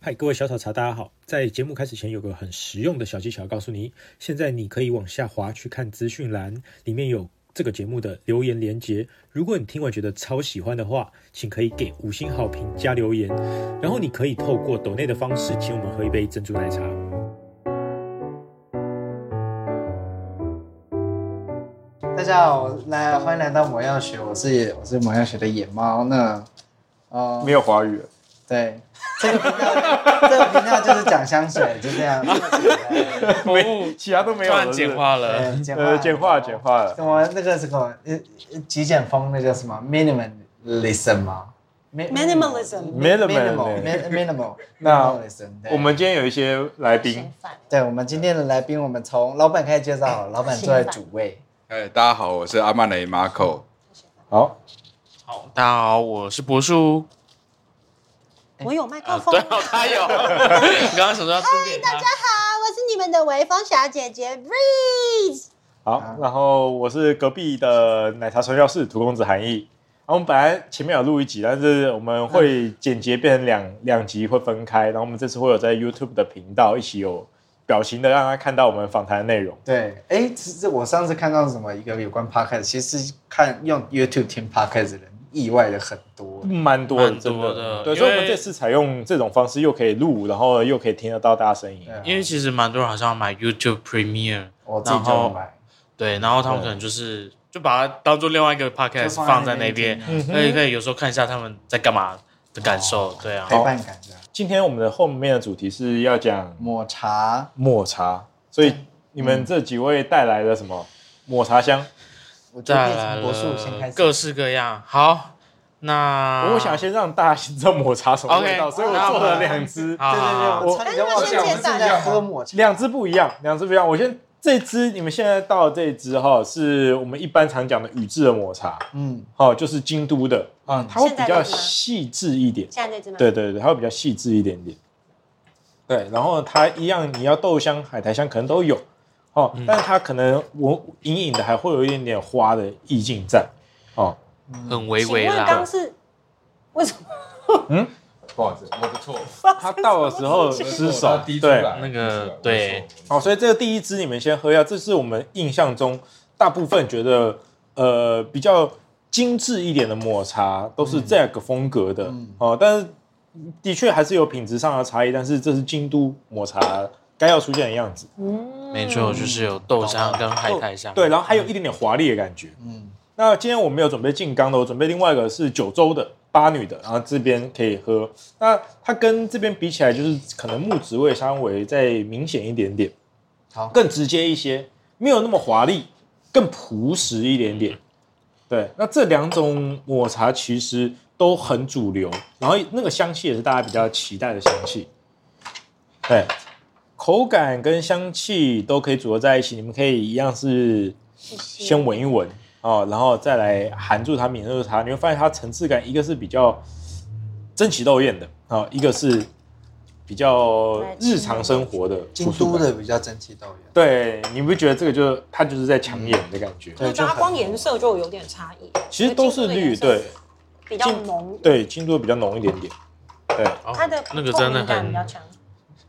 嗨，各位小草茶，大家好。在节目开始前，有个很实用的小技巧，告诉你，现在你可以往下滑去看资讯栏，里面有这个节目的留言连接。如果你听完觉得超喜欢的话，请可以给五星好评加留言，然后你可以透过抖内的方式，请我们喝一杯珍珠奶茶。大家好，来欢迎来到魔药学，我是我是魔药学的野猫。那哦， 没有华语，对，这个频道这个频道就是讲香水，就这 样。没其他都没有哦突然了简，化了，对简化呃，简化简化了，什么那个什么呃呃极简风那个什么 minimalism 吗 Mi- Minimalism Minimal， minimal minimal 那 minimalism 对。我们今天有一些来宾嫌，犯对我们今天的来宾，我们从老板开始介绍好了，老板坐在主位。嗨，哎大家好，我是阿曼雷马口。好，好，大家好，我是柏树。我有麦克啊，风。对哦，他有。你刚刚想说要助念他，啊，我是你们的微风小姐姐 Breeze。好啊，然后我是隔壁的奶茶传教士涂公子韩毅。然后我们本来前面有录一集，但是我们会简洁变成两两集会分开，然后我们这次会有在 YouTube 的频道一起有表情的让他看到我们访谈的内容。对，哎，其实我上次看到什么一个有关 podcast，其实看用 YouTube 听 podcast 的人意外的很多。蛮多的，蛮多真的对，因为所以我们这次采用这种方式，又可以录，然后又可以听得到大家声音对。啊因为其实蛮多人好像要买 YouTube Premiere，我自己然就有后买，对，然后他们可能就是就把它当做另外一个 podcast 就放放在在那那边边，可以可以有时候看一下他们在干嘛的感受，对啊陪。伴感这样。今天我们的后面的主题是要讲抹茶，抹茶，所以你们这几位带来了什么抹茶香？我觉得再变来成国术先开了始。各式各样，好，那我想先让大家先知道抹茶什么味道啊 OK，所以我做了两支，好对对好对，好我差点就忘了但是我哎我先们介是绍一在下喝抹茶，两支不一样，两支不一样。我先这支你们现在到的这支哈，是我们一般常讲的宇治的抹茶，嗯哦，就是京都的，嗯，它会比现在较的是吗嗯细致一点。现在这只吗？对对对，它会比较细致一点点。对，然后它一样，你要豆香、海苔香可能都有哦，嗯但是它可能我隐隐的还会有一点点花的意境在哦。很微请微问刚刚啦，是为什么？不好意思，我的错， 它到的时候失手，对那个对，好，所以这个第一支你们先喝一下，这是我们印象中大部分觉得呃比较精致一点的抹茶都是这个风格的、哦，但是的确还是有品质上的差异，但是这是京都抹茶该要出现的样子，没错，就是有豆香跟海苔香，对，然后还有一点点华丽的感觉。嗯，那今天我没有准备静冈的，我准备另外一个是九州的八女的，然后这边可以喝。那它跟这边比起来，就是可能木质味稍微再明显一点点，好更直接一些，没有那么华丽，更朴实一点点。对，那这两种抹茶其实都很主流，然后那个香气也是大家比较期待的香气。对，口感跟香气都可以组合在一起，你们可以一样是先闻一闻哦，然后再来含住它、抿住它，你会发现它层次感，一个是比较争奇斗艳的哦，一个是比较日常生活的京朴素都感。的比较争气豆源。对，你不觉得这个就是它就是在抢眼的感觉？对就大家很光颜色就有点差异，其实都是绿，对比较浓，对，京都比较浓一点点。对，哦它的那个真透的明感很比较强。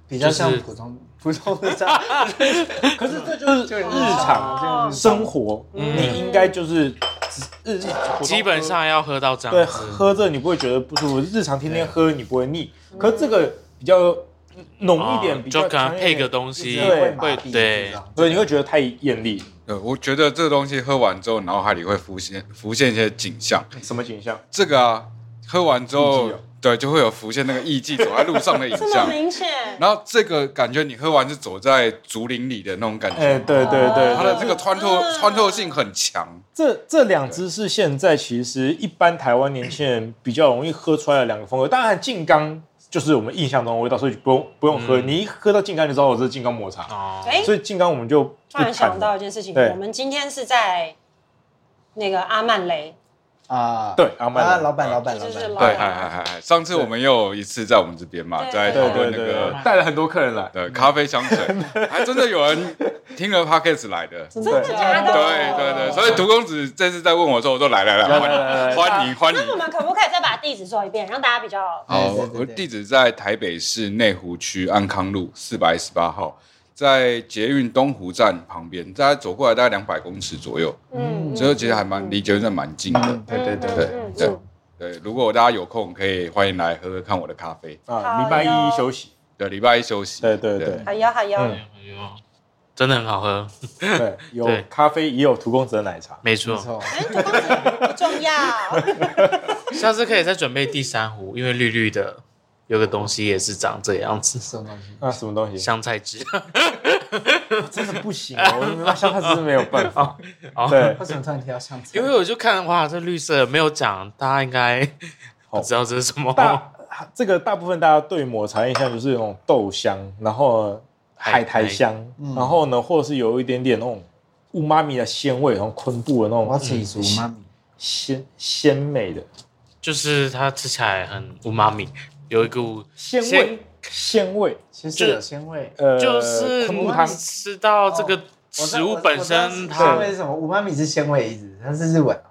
比较像就是普通普通的茶， 可是这就是日常嗯生活，你应该就是日日基本上要喝到这对样子，喝着你不会觉得不舒服，日常天天喝你不会腻。可是这个比较浓一哦点，比就较可能强一配点个东西对麻会痹这对样所以你会觉得太艳丽。呃，我觉得这东西喝完之后，脑海里会浮现浮现一些景象。什么景象？这个啊，喝完之艺后妓哦，对，就会有浮现那个艺妓走在路上的 影这么像。明显，然后这个感觉，你喝完是走在竹林里的那种感哎，觉，对对对，它的这个穿透嗯穿透性很强。这这两支是现在其实一般台湾年轻人比较容易喝出来的两个风格。当然，静冈就是我们印象中的味道，所以不用不用喝。你一喝到静冈，你就知道我这是静冈抹茶。嗯哦，哎，所以静冈我们就不突然想谈到了。一件事情，对我们今天是在那个阿曼雷，啊，对阿曼啊，雷老板老板老就是板，老哎对，嗨嗨嗨嗨！上次我们又有一次在我们这边嘛，对在对讨对哦论那对，个 对带了很多客人来。呃咖啡香水，还真的有人听了 Pockets 来的。真真的假的？对对哦对，所以涂公子这次在问我说，我说来来来，来来来欢欢迎欢迎那。我们可不可以再把地址说一遍，让大家比较好，哦对对对我对地址在台北市内湖区安康路四百一十八号，在捷运东湖站旁边，大概走过来大概两百公尺左右，嗯所以其实还蛮离捷运站蛮近的。嗯对对对对对，嗯对嗯对，如果大家有空，可以欢迎来喝喝看我的咖啡。啊，礼拜一休息，对，礼拜一休息。对对对好哟好哟，嗯哎呦，真的很好喝，对，有对咖啡也有涂公子的奶茶，没没错。错，不重要。下次可以再准备第三壶，因为绿绿的有个东西也是长这样子，什么东西？那什么东西？香 菜汁。真的不行哦，我那香菜汁没有办法。哦对，为什么突然提到香菜？因为我就看哇，这绿色没有讲，大家应该 不知道这是什么。大这个大部分大家对抹茶印象就是那种豆香，然后海苔香，嗯然后呢，或者是有一点点那种乌妈咪的鲜味，然后昆布的那我要种吃煮妈咪，鲜鲜美的就是它吃起来很umami，有一股鲜鲜味鲜味，其实有鲜味。呃，就是昆布汤你吃到这个食物本身，它它为什么五妈咪是鲜味一直，它是日文哦。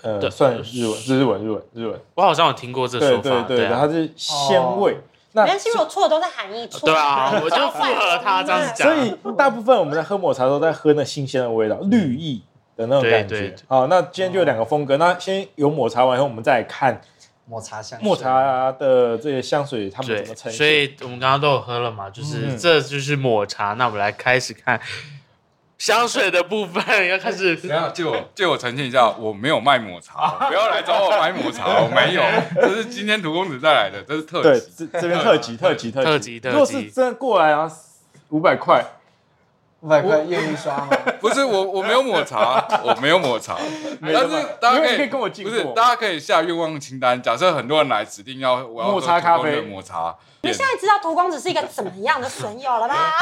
呃，对算日文，日文，日文，日文，我好像有听过这对说对法，对，它啊，是鲜味。那没关系，我错的都是含义错。对啊，我就附和他这样子所讲。以大部分我们在喝抹茶的时候，在喝那新鲜的味道，绿意的那种感对觉对。好，那今天就有两个风格。那先有抹茶完以后，我们再来看抹茶香水，抹茶的这些香水他们对怎么，呈现。所以我们刚刚都有喝了嘛，就是嗯这就是抹茶。那我们来开始看香水的部分，要开 始等一下借我借我澄清一下，我没有卖 抹茶，不要来找我买抹茶，我没有。这是今天涂公子带来的，这是特对辑。这这边特 辑特辑特特辑特辑如果是真的过来啊，五百 块，五百块愿意刷吗？ 不是我，我没有 抹茶，我没有抹茶。有但是大家因为可你以可以跟我进不货是大家可以下愿望清单。假设很多人来，指定要我要喝抹茶咖啡涂公子的抹茶。你现在知道涂公子是一个怎么样的损友了 吧？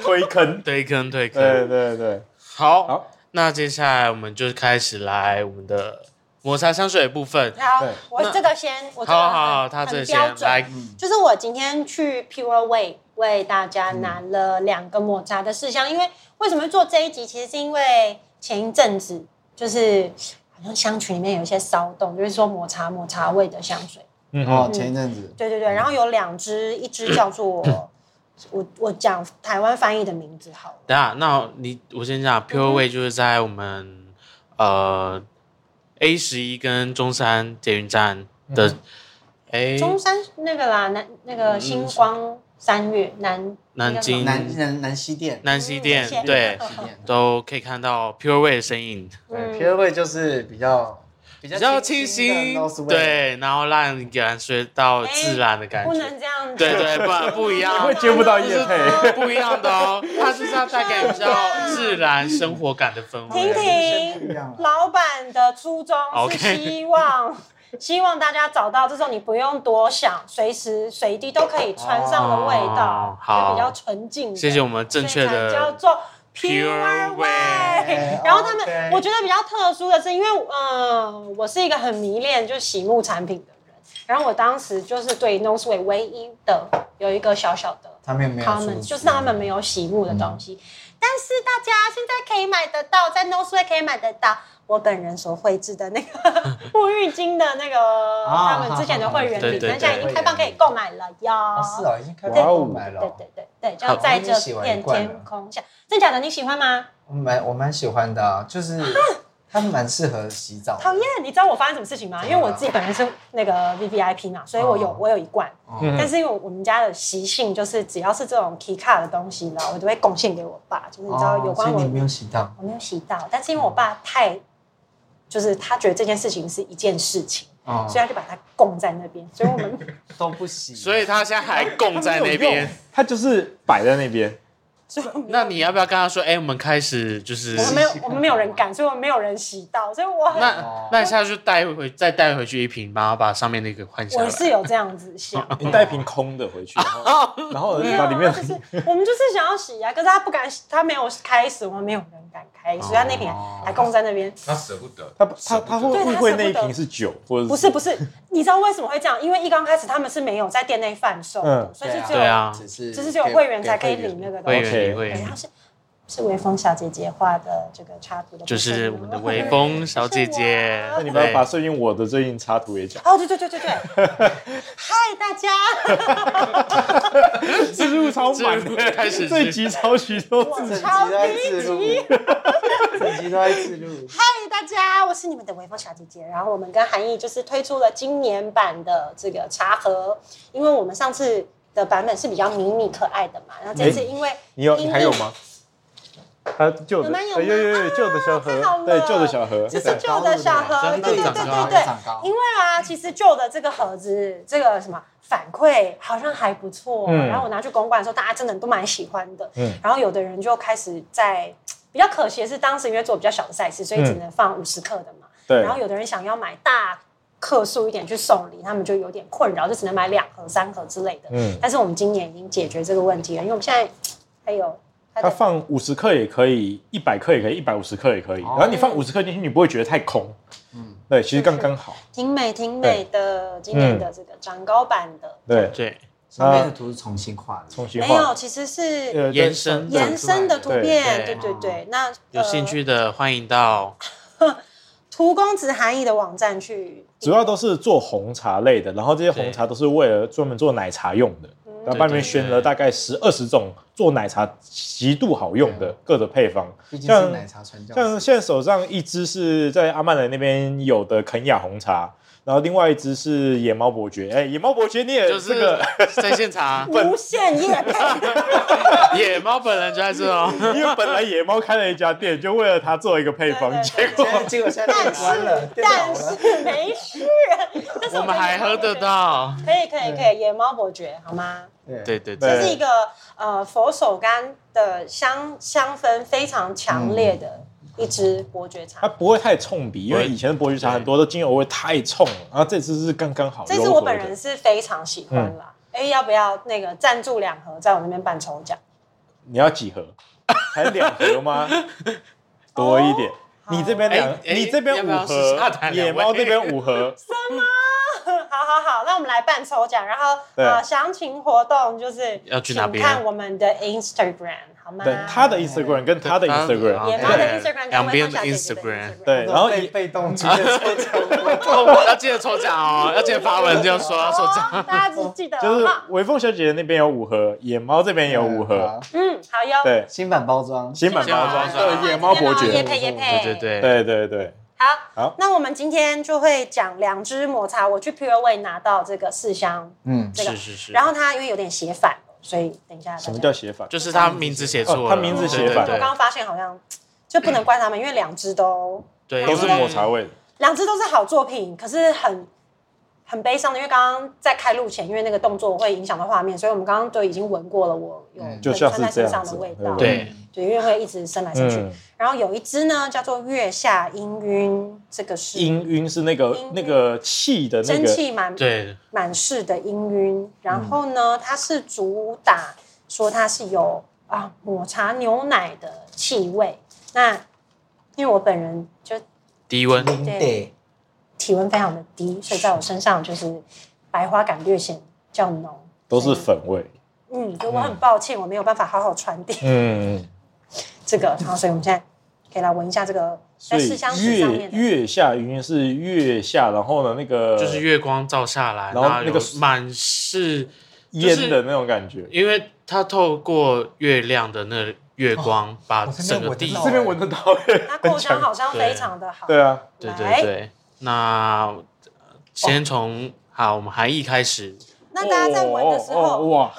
推坑。推坑对推坑。对对，好，好，那接下来我们就开始来我们的抹茶香水的部分。好对，我这个先，我这个好很好好，他这很先标准来，就是我今天去 Pure Way 为大家拿了两个抹茶的试香，因为为什么做这一集，其实是因为前一阵子就是好像香群里面有一些骚动，就是说抹茶抹茶味的香水，嗯哦好，，前一阵子对对对，然后有两支，一支叫做我我讲台湾翻译的名字好了，等一下，那你我先讲 Pure Way 就是在我们呃 A 十一跟中山捷运站嗯的哎中山那个啦，南那个星光三月南嗯南京那个南南南西店，南西嗯谢谢店对南西店，都可以看到 Pure Way 的身影，对，嗯皮尔味就是比较比比较清新的 nose，味，对，然后让你感觉到自然的感哎不觉，能这样子，对对，不然不一样 会。接不到叶配。是不一样的哦，它就是要带给你比较自然生活感的氛婷围。婷，老板的初衷 OK 是 希望希望大家找到这种你不用多想，随时随地都可以穿上的味道哦，好就比较纯净的。谢谢我们正确所以才叫的，做 Pure Way Pure Way。然后他哎们， ，OK 我觉得比较特殊的是，因为嗯，我是一个很迷恋就是洗沐产品的人，然后我当时就是对 Nose Way 唯一的有一个小小的他们也没有嗯他说们就是他们没有洗沐的东西，但是大家现在可以买得到，在 No Sweat 可以买得到。我本人所绘制的 那个沐浴巾的那个，他啊们之前的会员对礼，对但现在已经对开放可以购买了哟哦。是哦，已经开始哇哦买了对哦，对对对，就好要在我已这经洗完一片罐了天空下，真假的你喜欢吗？我蛮我蛮喜欢的啊，就是它蛮适合洗澡的，讨厌，你知道我发生什么事情吗？因为我自己本身是那个 V V I P 嘛，所以我有嗯哦我有一罐，嗯但是因为我们家的习性就是只要是这种 K 卡的东西啦，我都会贡献给我爸，就是你知道有关哦所我以你没有洗到，我没有洗到，但是因为我爸太，就是他觉得这件事情是一件事情，哦所以他就把它供在那边，所以我们 都不洗，所以他现在还供在那没有边用。，它就是摆在那边。那你要不要跟他说？哎，我们开始就是我们没有我们没有人敢，所以我们没有人洗到，所以我很那那你下次就带回再带回去一瓶，然后把上面那个换下来我。是有这样子想， 你带一瓶空的回去， 然后然后没有把里面啊就是我们就是想要洗啊，可是他不敢，他没有开始，我们没有人敢开，所以他那瓶哦还供在那边。他舍不得，他他他会对他误会那一舍不得瓶是酒，或者不是不是，你知道为什么会这样？因为一刚开始他们是没有在店内贩售的，嗯所以是只有对啊，只是就是只有会员才可以领那个，个东会西。，OK 员你会对，员他是是微风小姐姐画的这个插图的，就是我们的微风小姐姐是我那你们要把最近我的最近插图也讲，哦，对对对 对对，嗨大家，自入超满自入的，开始这集超级多我字，整集超都在低自 录级。，整集都在自录。嗨，大家，我是你们的微风小姐姐。然后我们跟韩毅就是推出了今年版的这个茶盒，因为我们上次的版本是比较迷你可爱的嘛，然后这次因为你有因你为还有？吗？他旧的，有吗有吗哎有有有旧的小啊太好盒，了对旧的小 盒，这是对旧的小盒，真的对对对长对高对长高，因为啊，其实旧的这个盒子，这个什么反馈好像还不错，嗯然后我拿去公馆的时候，大家真的都蛮喜欢的。嗯然后有的人就开始在比较可惜的是，当时因为做比较小的赛事，所以只嗯能放五十克的嘛。对然后有的人想要买大克数一点去送礼，他们就有点困扰，就只能买两盒、三盒之类的。嗯，但是我们今年已经解决这个问题了，因为我们现在哎还有它它的放五十克也可以，一百克也可以，一百五十克也可以。哦然后你放五十克进去，你不会觉得太空。嗯对，其实刚刚好。挺美挺美的今年的这个长高版的，对，对，上面的图是重新画的重。新没画有，。其实是呃延伸对延伸的图片，对对哦对对对。那有兴趣的欢迎到涂公子韩义的网站去，主要都是做红茶类的，然后这些红茶都是为了专门做奶茶用的，嗯然后帮你们选了大概十二十种做奶茶极度好用的各种配方，毕竟是像奶茶传教士，像现在手上一支是在阿曼人那边有的肯雅红茶，然后另外一支是野猫伯爵，哎、野猫伯爵你也就这是个，在 现场，无限夜配，野猫本人就在这哦。因为本来野猫开了一家店，就为了它做一个配方，对对结对果现在结果现在但店关了是，店倒但了。是没事，但是我们还喝得。到。可以可以可以，野猫伯爵好吗？对对对对，这是一个呃佛手柑的香香氛非常强烈的一支伯爵 嗯它茶。不会太冲鼻，因为不会以前的伯爵茶很多的精油味太冲了，然后这次是刚刚好这柔支和的。嗯我本人是非常喜欢啦。哎、要不要那个赞助两盒，在我那边办抽奖？你要几 盒？还两盒吗？多一点。你这边两哦哎，哎你这边要不五要试试看盒，两位野猫这边五盒， 好好好，那我们来办抽奖，然后对呃，详情活动就是要去哪边请看我们的 Instagram 好吗？对，他的 Instagram 跟他的对他的啊 Instagram，野猫的对 Instagram 两边的跟微风小姐姐 Instagram 对，然后被野被动出现抽奖活动，要记得抽奖哦，要记得发文就说要抽奖。哦大家只记得哦就是好微风小姐姐那边有五盒，野猫这边有五盒啊好，，嗯，好哟。对，新版包装，新版包装新版包装对野猫伯叶爵，配叶配，对对对，对对对，好，好那我们今天就会讲两支抹茶，我去 Pure Way 拿到这个四箱，嗯，这个是是是。然后它因为有点写反了，所以等一下大家什么叫写法？就是他名字写错了，哦他名字写反我对刚刚发现好像就不能怪他们，因为两支都对对，都对是抹茶。味的，两支都是好作品，可是很很悲伤的，因为刚刚在开录前，因为那个动作会影响到画面，所以我们刚刚就已经闻过了我有嗯就本像身是这在身样上的子味对道，对，对，因为会一直伸来伸去。嗯，然后有一支呢叫做月下氤氲，这个是氤氲是那个氤氲那个气的那蒸个，汽满对满室的氤氲，然后嗯呢，它是主打说它是有啊抹茶牛奶的气味。那因为我本人就低温，零得体温非常的低，所以在我身上就是白花感略显较浓，都是粉味，嗯，所以我很抱歉，我没有办法好好传递 嗯。这个。然后，所以我们现在可以来闻一下这个所在以试香纸上月面的。月下云是月下，然后呢那个就是月光照下来，呃然后然后那有个满是，烟的那种感觉。因为它透过月亮的那月光，把哦我这边整个闻得地到这边闻得到耶，它很扩香强好像非常的好，对啊，对来对对，那呃先从好，我们韩艺开始，那大家在闻的时哦哦哦候，哇，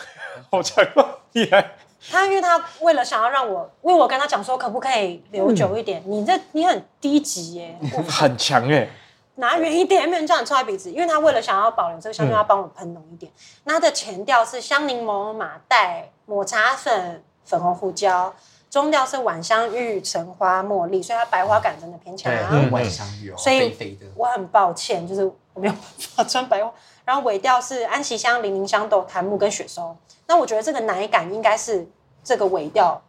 好强啊！厉害，他因为他为了想要让我，因为我跟他讲说可不可以留嗯久一点，你这你很低级耶，很强哎，拿远一点，没有人叫你抽他鼻子，因为他为了想要保留这个香嗯料，他帮我喷浓一点。那它的前调是香柠檬、马黛、抹茶粉、粉红胡椒，中调是晚香玉、橙花、茉莉，所以它白花感真的偏强。嗯晚上有，所以肥肥的，我很抱歉，就是我没有办法穿白花。然后尾调是安息香、零陵香豆、檀木跟雪松。那我觉得这个奶感应该是这个尾调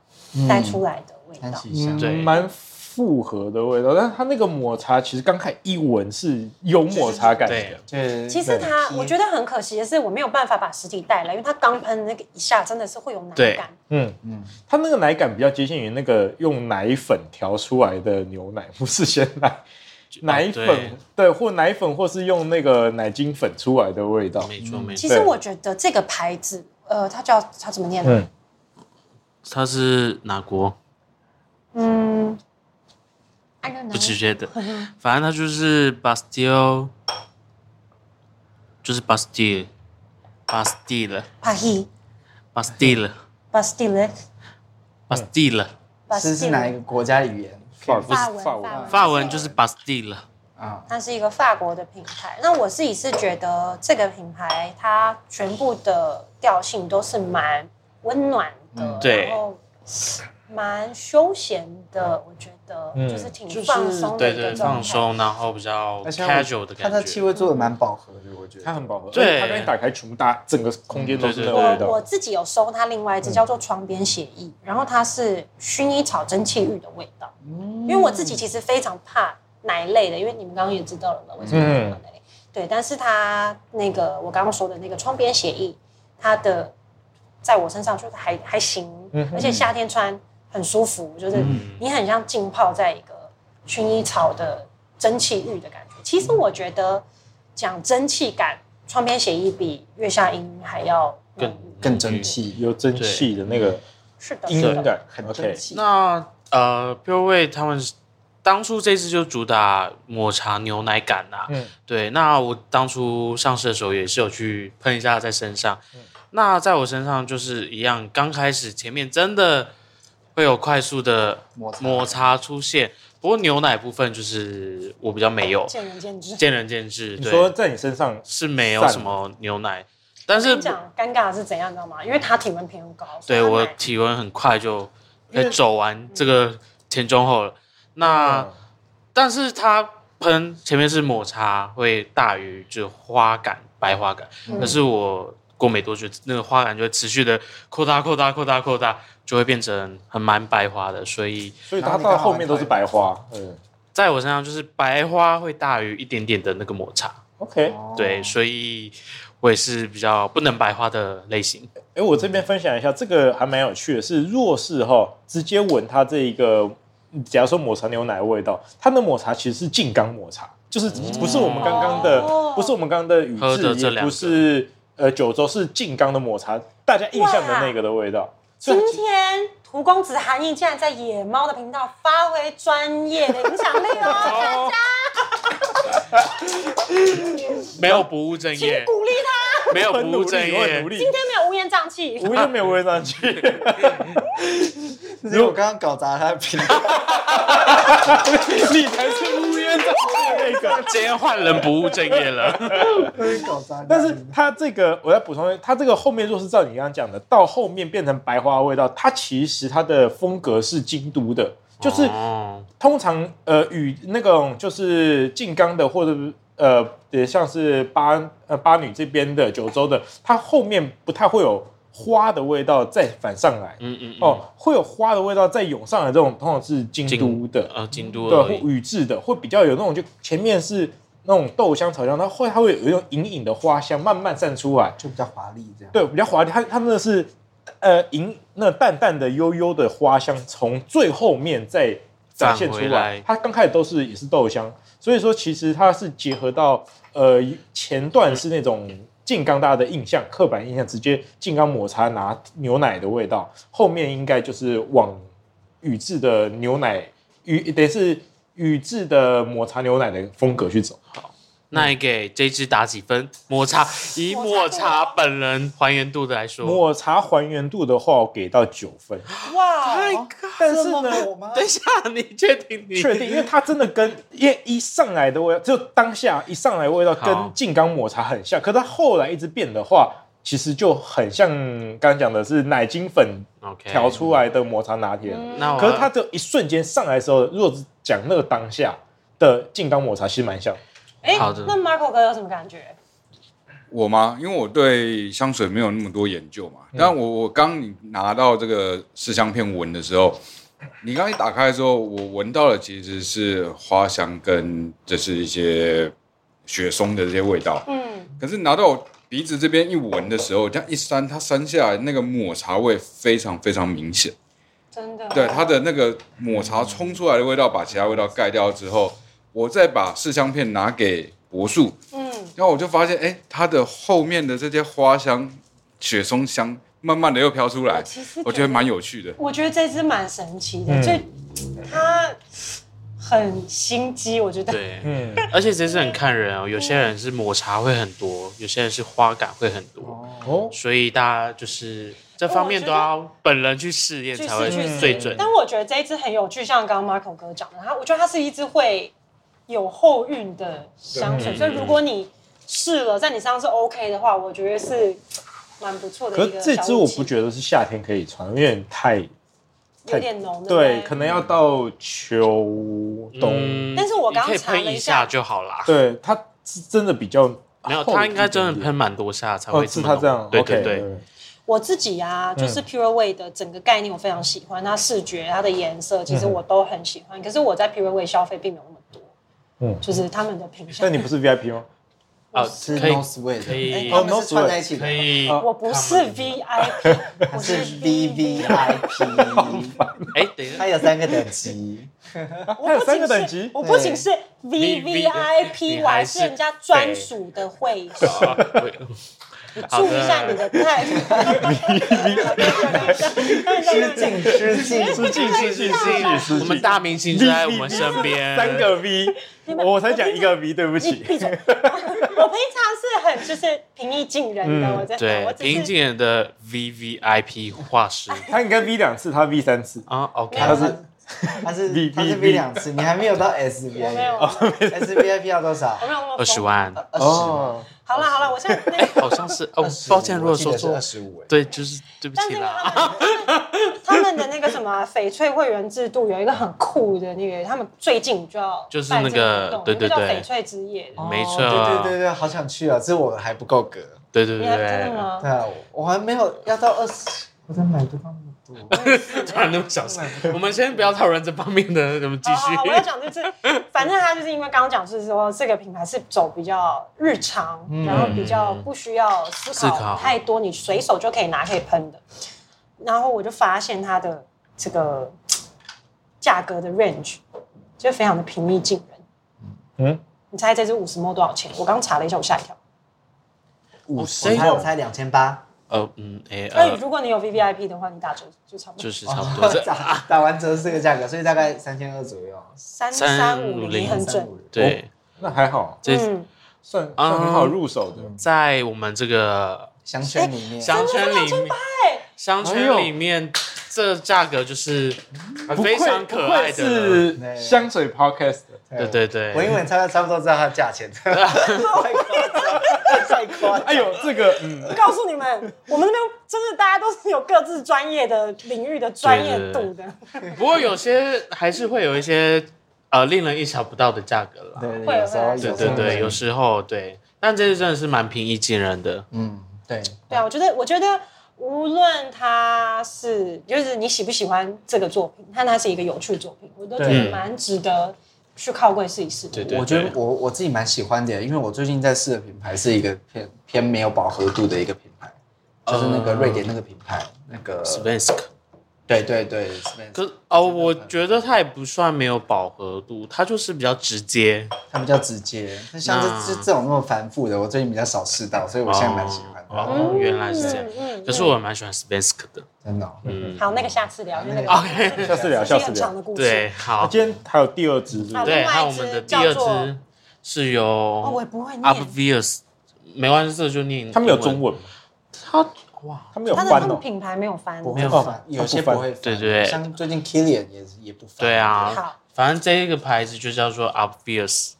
带出来的味嗯安道。嗯息香，对蛮嗯复合的味道，但是它那个抹茶其实刚开一闻是有抹茶感对的，就是其实它，对我觉得很可惜的是，我没有办法把实体带来，因为它刚喷那个一下，真的是会有奶对感。嗯嗯嗯，它那个奶感比较接近于那个用奶粉调出来的牛奶，不是鲜奶，奶粉、对对，或奶粉或是用那个奶精粉出来的味道，没错没错，哦其实我觉得这个牌子，呃，它叫它怎么念呢？嗯，它是哪国？嗯，I don't 不 know 直接的，反正它就是 Bastille，就是 Bastille，Bastille，Bastille，Bastille，Bastille， Pahi Bastille 是是哪一 Bastille，个国家的语言？法不法是文法法文文，法文就是 Bastille，啊，它是一个法国的品牌。那我自己是觉得这个品牌它全部的调性都是蛮温暖嗯的，对然后蛮休闲的，我觉得嗯就是挺就是放松的对一个对状态放。松，然后比较而且它 casual 的它感的气觉。味做的蛮饱和的，我觉它得。很饱和，而且对它刚一打开，全部大整个空间都是那个味我道，我自己有收它另外一支叫做窗边写意，然后它是薰衣草蒸汽浴的味道。因为我自己嗯其实非常怕奶类的，因为你们刚刚也知道了嘛，为什么嗯我怕奶类？对，但是它那个我刚刚说的那个窗边写意，它的在我身上就是还还行，嗯而且夏天穿很舒服，就是你很像浸泡在一个薰衣草的蒸汽浴的感觉。其实我觉得讲蒸汽感，窗边写意比月下音还要浓更郁更蒸气，嗯有蒸汽的那个是的，氤是氲的。感，很蒸 OK，气。那呃 p u r e w a y 他们是当初这次就主打抹茶牛奶感呐、嗯对，那我当初上市的时候也是有去喷一下在身上。嗯那在我身上就是一样，刚开始前面真的会有快速的摩擦摩擦出现，不过牛奶部分就是我比较没有，见仁见智。见仁见智。你说对，在你身上是没有散什么牛奶，但我跟是你讲尴尬的是怎样，你知道吗？因为他体温偏高，所以对他我奶体温很快就可以走完这个前中后了。那、嗯但是它喷前面是抹茶，会大于就是花感、白花感。嗯可是我过没多久，那个花感就会持续的扩大、扩大、扩大、扩大，就会变成很蛮白花的。所以所以它到后面都是白花，嗯在我身上，就是白花会大于一点点的那个抹茶。 ，OK，对，所以我也是比较不能白花的类型。哎，我这边分享一下，这个还蛮有趣的是，若是哈直接闻它这一个，嗯假如说抹茶牛奶的味道，它的抹茶其实是静冈抹茶，就是不是我们刚刚的，哦不是我们刚刚的宇喝的治，这也两不个是呃九州，是静冈的抹茶，大家印象的那个的味道。所以今天涂公子韩毅竟然在野猫的频道发挥专业的影响力 哦，没有不务正业，鼓励他，没有我不很努务正力，我很业努。力今，天没有乌烟瘴气。我就没有闻上去。 如果我刚刚搞砸他的频道，你才是乌烟瘴气的那个。今天换人不务正业了。搞砸他的频道。但是它这个，我要补充，它这个后面若是照你刚刚讲的，到后面变成白花味道，它其实它的风格是京都的，就是哦，通常呃与那种就是静冈的或者呃也像是巴呃巴女这边的九州的，它后面不太会有花的味道再反上来、嗯嗯，嗯，哦，会有花的味道再涌上来，这种通常是京都京的，呃，京都对，而或已。宇治的，会比较有那种就前面是那种豆香草香，它会它会有一种隐隐的花香慢慢散出来，就比较华丽这样。对，比较华丽。它它那个是呃银那淡淡的悠悠的花香，从最后面再展现出返回来来。它刚开始都是也是豆香，所以说其实它是结合到呃前段是那种。静冈大家的印象，刻板印象直接静冈抹茶拿牛奶的味道，后面应该就是往宇治的牛奶宇，等于是宇治的抹茶牛奶的风格去走。那你给这支打几分？抹茶以抹茶本人还原度的来说，抹茶还原度的话，我给到九分。哇，太但是呢这么，火吗？等一下，你确定你确定，因为它真的跟因为一上来的味道，就当下一上来的味道跟好静冈抹茶很像，可它后来一直变的话，其实就很像刚刚讲的是奶精粉 OK 调？出来的抹茶拿铁了。那我可是它只有一瞬间上来的时候，如果是讲那个当下的静冈抹茶，其实蛮像。哎好的，那 Marco 哥有什么感觉？我吗？因为我对香嗯水没有那么多研究嘛。但我我刚拿到这个试香片闻的时候，你刚一打开的时候，我闻到的其实是花香跟就是一些雪松的这些味道。嗯，可是拿到我鼻子这边一闻的时候，这样一扇，它扇下来那个抹茶味非常非常明显。真的。对，它的那个抹茶冲出来的味道把其他味道盖掉之后，我再把试香片拿给柏树，嗯，然后我就发现，哎，它的后面的这些花香、雪松香，慢慢的又飘出哦来我，其实我觉得蛮有趣的。我觉得这只蛮神奇的，嗯就它很心机，我觉得。对，嗯，而且这是很看人哦，有些人是抹茶会很多，有些人是花感会很多，哦，所以大家就是这方面都要本人去试验去才会试去试最准。但我觉得这一只很有趣，像刚刚 Marco 哥讲的，它我觉得它是一只会有后韵的香嗯水，所以如果你试了，在你身上是 OK 的话，我觉得是蛮不错的可是一个小武器。这支我不觉得是夏天可以穿，因为有点太有点浓，不对，可能要到秋冬。嗯但是我刚你可以查了喷一一下下就好啦。对，它是真的比较没有，厚他应该一真点的点喷蛮多下才哦，会是么它浓这样。对 OK，对对，我自己啊，就是嗯 Pure Way 的整个概念我非常喜欢，它视觉、它的颜色，其实我都很喜欢。可是我在 Pure Way 消费并没有那么多，嗯就是他们的品相但。你不是 VIP 吗？哦啊，是可以 No Sway 可以的，哎，他们是串在一起的可，以。我不是 VIP，它我是是 V V I P，哎，等一 它下，有三个等级，我不有三仅个等是级我不仅是 V V I V- P， V- 我还是人家专属的会员。好好注意一下你的态度。失敬失敬，失敬失敬失敬失敬，我们大明星就在我们身边，三个 V，我才讲一个 V，对不你起。闭嘴！我平常是很就是平易近人的，嗯我真的，我对只是林静人的 V V I P 画师他应该 V 两次，他 V 三次。啊，OK，它它是是它是 V- 它是 V- V 两次，你还没有到 S V 我没有，哦 I 我 S V I P 要多少？哦没有那么二十疯。万，二十，，好了好了，我 现在那个，好像是哦，抱歉，如果说错二，十五，对，就是对不但起是因为啦。他们他们的那个什么啊翡翠会员制度有一个很酷的那个，他们最近就要就是办那这个个活动对对那个叫对翡翠之夜。没错啊哦对对对对，好想去啊，只是我还不够格。对对你对还哎真的哦对，吗？对啊，我还没有要到二十，我在买对方那么多。 突然那么小声，我们先不要讨论这方面的，我们继好好好哦我要续。讲就是，反正它就是因为刚刚讲是说这个品牌是走比较日常，然后比较不需要思思考考太多，你随手就可以拿可以喷的。然后我就发现它的这个嘖价格的 range 就非常的平易近人。嗯，你猜这支五十墨多少钱？我刚查了一下，我吓一跳。五哎我十猜我猜两千八，呃嗯哎那呃，如果你哦有 V V I P 的话，你打折就差不多就是差 不多这打哦打完折是这个价格，所以大概三千二左右，三三五零， 350很三准。五。对，那还好，这嗯，算算很好哦入手的。在我们这个香圈里哎面，商圈里面，商哎圈里面这价格就是不愧非常可爱不愧的。是香水 Podcast 的。对对对我英对，文差差不多知道它的价钱，太夸张，太夸张。哎呦，这个嗯，告诉你们， 我们那边就是大家都是有各自专业的领域的专业度的，不过有些还是会有一些呃令人意想不到的价格 啦。对，会有时候，会对有时对候对，有时候对，但这次真的是蛮平易近人的。嗯，对，对啊，我觉得，我觉得无论它是就是你喜不喜欢这个作品，但它是一个有趣的作品，我都觉得对蛮值得去靠柜试一试的。对对我觉得我我自己蛮喜欢的，因为我最近在试的品牌是一个偏偏没有饱和度的一个品牌，哦就是那个瑞典那个品牌，那个呃 Svensk，对对对，Svensk，可哦，我觉得它也不算没有饱和度，它就是比较直接。它比较直接。那像这那这这种那么繁复的，我最近比较少试到，所以我现在蛮喜欢的，哦，原来是这样。嗯可是我也蛮喜欢 Svensk 的。真的哦。嗯，啊好，那个下次聊，因为那个 OK 下啊次聊，是下一个次很聊长。的故事。对，啊好，今天还有第二支，是不好是？对，还有我另外一们的支第二叫做支啊是哦，我也由不会念， Obvious，没关系，这个就念。他们有中，文吗？他哇，他们有它的翻他们哦。品牌没有翻。不没会有翻，有些不它不会翻，对对对像最近 Kilian 也也不翻，对，啊，好，反正这个牌子就叫做 Obvious。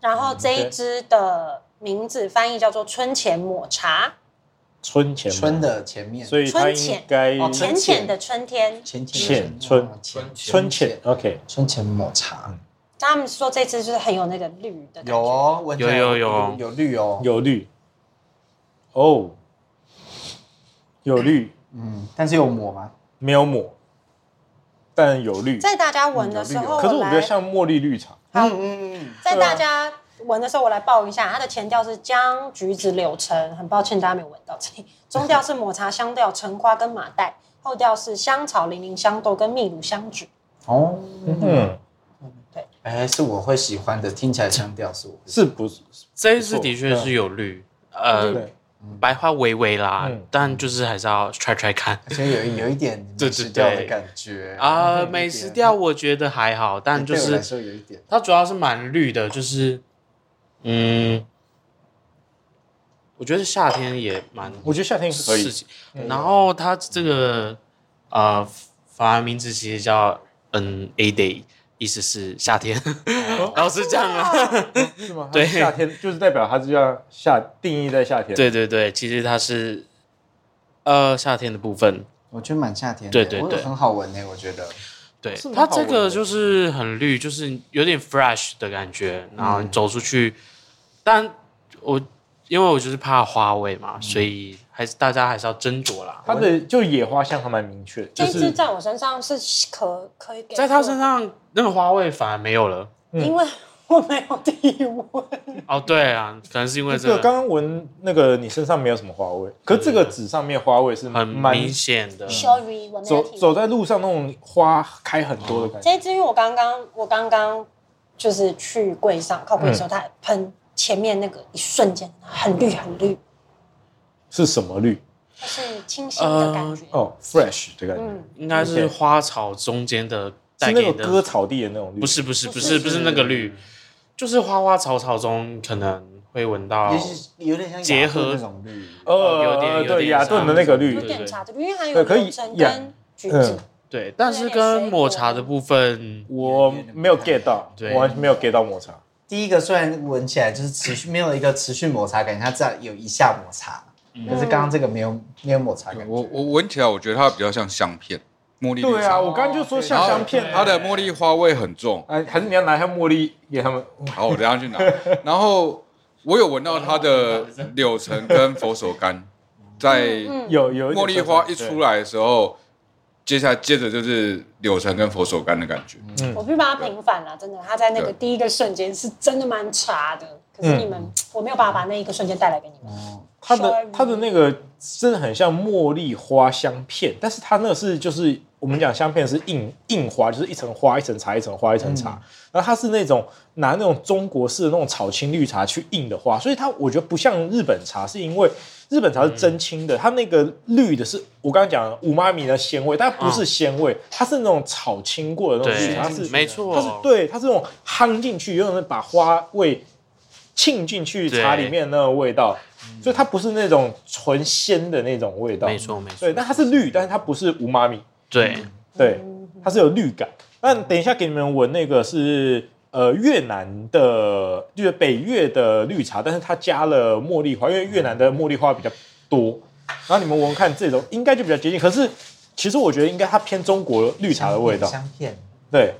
然嗯后这一支的名字翻译叫做春前抹茶，春哦前嘛春，的前面，哦所以它应该春浅哦浅浅的春天。前浅春前春前。OK，春前抹茶他们说这支就是很有那个绿的感觉有哦，闻起来有有有有绿哦，有绿。哦，有绿，嗯，但是有抹吗？没有抹。但有绿。在大家闻的时嗯候，可是我来觉得像茉莉绿茶，嗯嗯嗯，在大家闻的时候，我来报一下，它的前调是姜、橘子、柳橙，很抱歉大家没有闻到这里。中调是抹茶香调、橙花跟马黛，后调是香草、零陵香豆跟秘鲁香菊。哦，嗯，哎，是我会喜欢的，听起来腔调是我会喜是不是？这一次的确是有绿，呃，对，白花微微啦嗯，但就是还是要 try try 看欢的，而且有一有一点 对美对食对调的感觉嗯啊。美食调我觉得还好，但就对我是来说有一点，它主要是蛮绿的，就是嗯，我觉得夏天也蛮我觉得夏天可以。事嗯情。然后它这个呃，法文名字其实叫 N A Day，意思是夏天，哦 然后是这样啊。是吗？对它夏天就是代表它是要夏定义在夏天。，对对对，其实它是呃夏天的部分。我觉得蛮夏天的，对对我对很好闻呢，我觉得。对是，蛮它好这闻个的就是很绿，就是有点 fresh 的感觉，然后你走出去，但我因为我就是怕花味嘛，所以还是大家还是要斟酌啦。它的就野花香还蛮明确，这就一支是在我身上是可可以给，在他身，上那个花味反而没有了。因为我没有体温。哦，对啊，可能是因为这这个个刚刚闻那个你身上没有什么花味，可是这个纸上面花味是很蛮明显的， Sorry，我没走有体走温。在路上那种花开很多的感觉。嗯这一支因为我刚刚我刚刚就是去柜上靠嗯柜的时候，它喷前面那个一瞬间很绿很绿，是什么绿？就是清新的感觉。哦，fresh 的感觉，嗯，应该是花草中间的带是那给个割的，草地的那种绿，不是不是不不是是不是那个绿，就是花花草草中可能会闻到也，是有点像雅结合顿那种绿，呃，哦有点有对点雅顿的那个绿有像，点茶的绿，因为还对有可以柳橙呀跟橘子嗯。对，但是跟抹茶的部分，我没有 get 到，对我完全没有 get 到抹茶。第一个虽然闻起来就是持续没有一个持续摩擦感，它只有一下摩擦，嗯可是刚刚这个没有没有摩擦感。我我闻起来，我觉得它比较像香片，茉莉绿对啊，茶。我刚刚就说然像后香片，它的茉莉花味很重。哎，还是你要拿一下茉莉给他们。好，我等一下去拿。 然后我有闻到它的柳橙跟佛手柑，嗯在嗯有有茉莉花一出来，来的时候，接下来接着就是柳橙跟佛手柑的感觉。嗯嗯我必须把它平反了，真的，它在那个对第一个瞬间是真的蛮茶的。可是你们，我没有办法把那一个瞬间带来给你们。嗯哦它的 Sorry 它的那个真的很像茉莉花香片，但是它那个是就是我们讲香片是硬硬花，就是一层花一层茶一层花一层茶，然后它是那种拿那种中国式的那种炒青绿茶去硬的花，所以它我觉得不像日本茶，是因为日本茶是真青的，它那个绿的是我刚刚讲的五妈咪的鲜味，但它不是鲜味，它是那种炒青过的那种绿对茶，它是，没它是错，对，它是那种夯进去，有种把花味沁进去茶里面的那种味道，所以它不是那种纯鲜的那种味道。没，错没错，对，但它是绿，但是它不是无妈咪，对，对，它是有绿感。那等一下给你们闻那个是呃越南的，就是北越的绿茶，但是它加了茉莉花，因为越南的茉莉花比较多。然后你们闻看这种，应该就比较接近。可是其实我觉得应该它偏中国绿茶的味道，香片，对，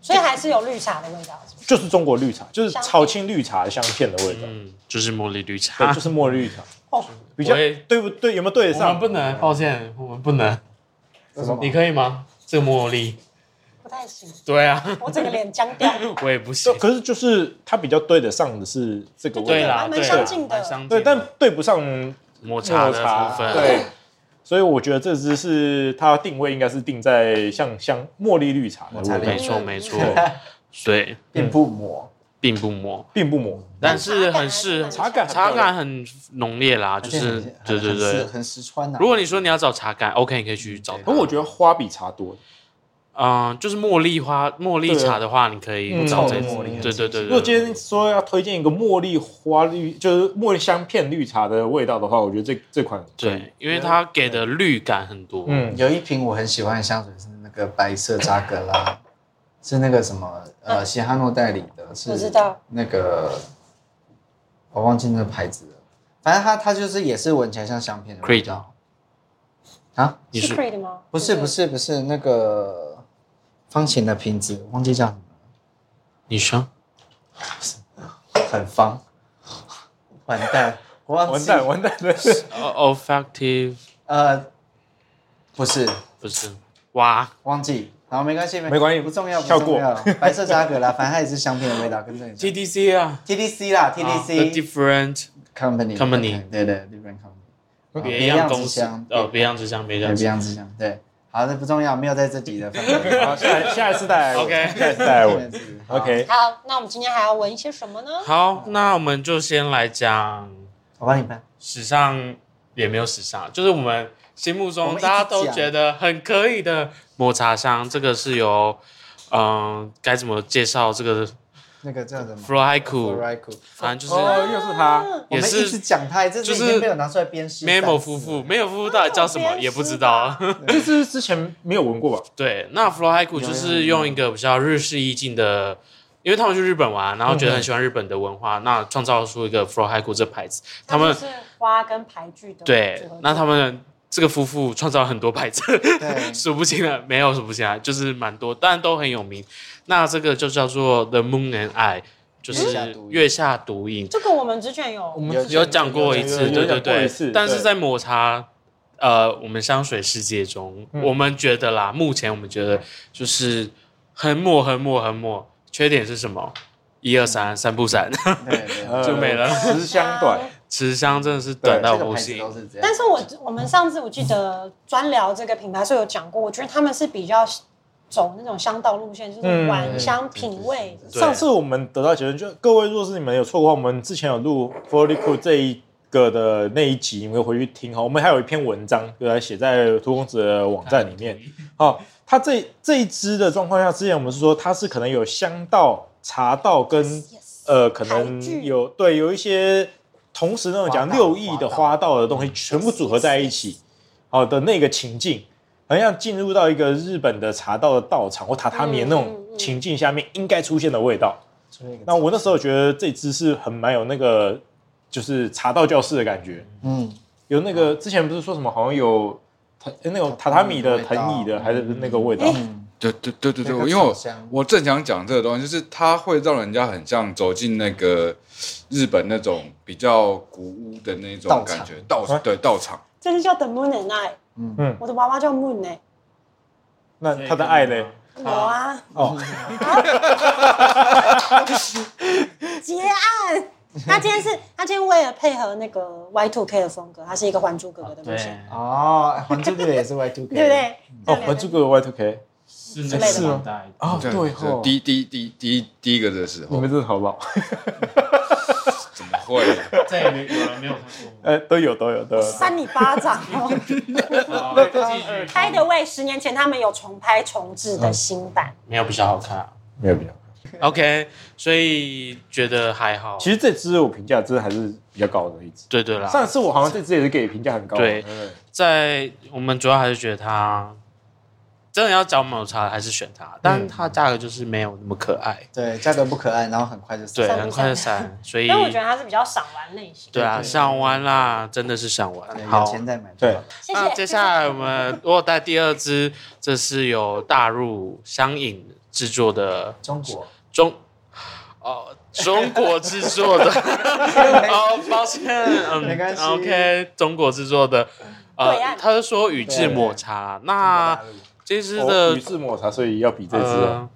所以还是有绿茶的味道。是不是就是中国绿茶，就是香片炒青绿茶的香片的味道，嗯，就是茉莉绿茶对，就。是茉莉绿茶，哦，比较我也对不对？有没有对得我们上？不能，抱歉，我们不能。为什么你可以吗？这个茉莉，不太行，对啊，我整个脸僵掉。我也不行对，。可是就是它比较对得上的是这个味对道，啊啦，还蛮对相啦近的蛮相近对，但对不上抹茶抹的茶部，分，对，所以我觉得这只是它定位应该是定在像像茉莉绿茶的抹茶味绿没道，错没错，对，并不抹，并不抹，并不抹，但是很适茶感很茶漂亮感很浓烈啦，就而且很是对很对很适对。很实穿啊呐。如果你说你要找茶感，OK，你可以去找它。可我觉得花比茶多，嗯，就是茉莉花、茉莉啊茶的话，你可嗯以找这嗯茉莉对对对如果对今对。天说要推荐一个茉莉花绿，就是茉莉香片绿茶的味道的话，我觉得这这款可以，对，因为它给的绿感很多。嗯，有一瓶我很喜欢的香水是那个白色扎格拉，是那个什么嗯呃西哈诺代理的，是我知道那个我忘记那个牌子了，反正它它就是也是闻起来像香片的味 Creed 道啊，你是是 Creed 吗？不是不，是不是那个方形的瓶子，忘记叫什么你说了，很方， 完蛋，我忘完记蛋完蛋，对。哦 olfactive 呃呃不是不是哇，忘记，好，没关系，没关系不重要，不跳过重要。白色沙格啦，反正它也是香槟的味道，跟这 里 TDC 啊 TDC 啦啊，The ，TDC Different Company Company 对对，Different Company，啊别样公之司乡，哦，别样之乡，别样对，之别乡样之乡，对。好，这不重要，没有在这集的范围。好，下一下一次带来我 OK 下一次带来我。OK，好，那我们今天还要闻一些什么呢？好，那我们就先来讲我帮你办。史上也没有史上，就是我们心目我中们一直大家都讲觉得很可以的抹茶香，这个是由嗯该怎么介绍这个那个叫什么 f l y c o ？Florico，反正就是哦，又是他，我也们一直是讲它，这就是已经被我拿出来鞭尸三次了。 Memo 夫妇，Memo 夫妇到底叫什么也不知道。这是之前没有闻过吧？对，那 f l y c o 就是用一个比较日式意境的。因为他们去日本玩，然后嗯觉得很喜欢日本的文化，那创造出一个 f l o h a i k u 这牌子。他们是花跟牌具的对组合，那他们这个夫妇创造了很多牌子， 对数不清了，啊没有数不清来，就是蛮多，但都很有名。那这个就叫做 The Moon and I，就是月下独饮月下独饮，这个我们之前我有们有有讲过一有有次，对有对讲过一对次。但是对在抹茶，呃，我们香水世界中，嗯我们觉得啦，目前我们觉得就是很抹很抹很抹，缺点是什么？一二三，三不散，对对呃 就没了十香短，持香真的是短对到这个不牌子行。都是这样但。是我我们上次我记得专聊这个品牌，所以有讲过，我觉得他们是比较走那种香道路线，就是嗯晚香品味。对上次我们得到结论，就各位若是你们有错过的话，我们之前有录 f o r l y c o 这一个的那一集，你们回去听哈。我们还有一篇文章，就来写在涂公子的网站里面。好，它这这一支的状况下，之前我们是说它是可能有香道、茶道跟 Yes 呃，可台剧能有对有一些同时那种讲花道六艺的花道花道的东嗯西全部组合在一起，好的那个情境，好像进入到一个日本的茶道的道场或榻榻米的那种嗯嗯嗯情境下面应该出现的味道。出一个那我那时候觉得这支是很蛮有那个就是茶道教室的感觉，嗯，有那个之前不是说什么好像有藤呃那种榻榻米的藤椅的还是那个味道，嗯对对对对对，那个因为我草香我正想讲这个东西，就是它会让人家很像走进那个日本那种比较古屋的那种道场感觉，道啊对道场，这是叫 The Moon and I，嗯我的娃娃叫 Moon 哎、那他的爱嘞？我啊，哦， 结案。他今天是，他今天为了配合那个 Y Two K 的风格，他是一个《还珠格格》的路线，哦，《还珠格格》也 是 Y two K，对不？对？哦，还珠格格 Y two K 是那个是吗哦，对对这吼，第一第一第一第一第一个的时你候嗯们，真的好老，怎么会？再也没有人没有看过。呃，都有都有都有，扇你巴掌 哦！By the way，十年前他们有重拍重制的新版，没有比较好看啊、没有没有。 OK，所以觉得还好。其实这支我评价真的还是比较高的一支。对对啦，上次我好像这支也是给评价很高的。啊对在我们主要还是觉得它真的要找抹茶，还是选它，嗯但它价格就是没有那么可爱，对，价格不可爱，然后很快就对，散很快就散，所以但我觉得它是比较赏玩类型。嗯对啊，想玩啦，真的是想玩。对，好有，钱再买就对好。，谢那谢。接下来我们我有带第二支，这是由大陆香饮制作的中国中。哦，中国制作的， 哦，抱歉，嗯，没关系 OK，中国制作的，对岸呃，他是说宇治抹茶，那这支哦的宇治抹茶，所以要比这支啊、呃，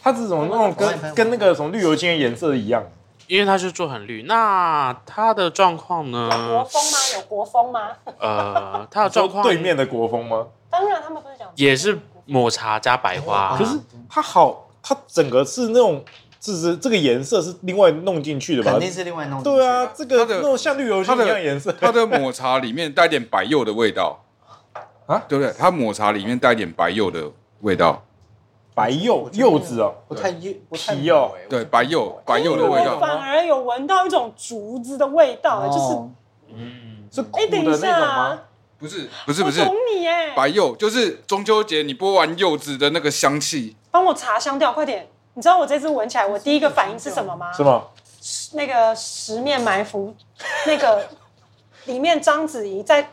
它是怎么那种跟跟那个什么绿油精的颜色一样？因为它是做很绿，那它的状况国呢？风吗？有国风吗？呃，它的状况对面的国风吗？当然，他们不是讲也是抹茶加白哦花可，是它好，它整个是那种，就是这个颜色是另外弄进去的吧肯？定是另外弄进去对的啊，，这个它的那种像绿油精它一的样颜色，它的抹茶里面带点白柚的味道啊对不对？它抹茶里面带点白柚的味道，白柚柚子哦，不太幼，不太皮哦美欸对，白柚白柚的哦我味道，反而有闻到一种竹子的味道，就是哦嗯，是苦哎，的等那一种吗？下，不是不是不是我懂你哎，白柚，就是中秋节你剥完柚子的那个香气，帮我查香调，快点！你知道我这次闻起来，我第一个反应是什么吗？是吗？那个十面埋伏，那个里面章子怡在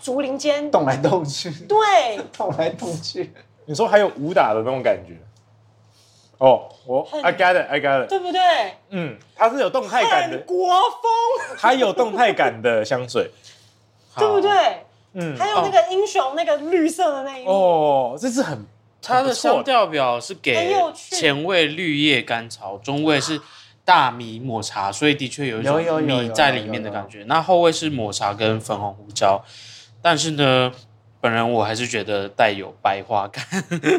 竹林间，动来动去，对，动来动 去，你说还有武打的那种感觉？哦，我很 I got it, I got it。对不对？嗯，它是有动态感很的，国风， 它有动态感的香水。好对不？对？嗯还有那个英雄那个绿色的那一幕，哦，这是很它很的不错香调表是很给有趣前味绿叶甘草，中味是大米抹茶，所以的确有一有有种有有米在里面的感觉。那后味是抹茶跟粉红胡椒，但是呢，本人我还是觉得带有白花感。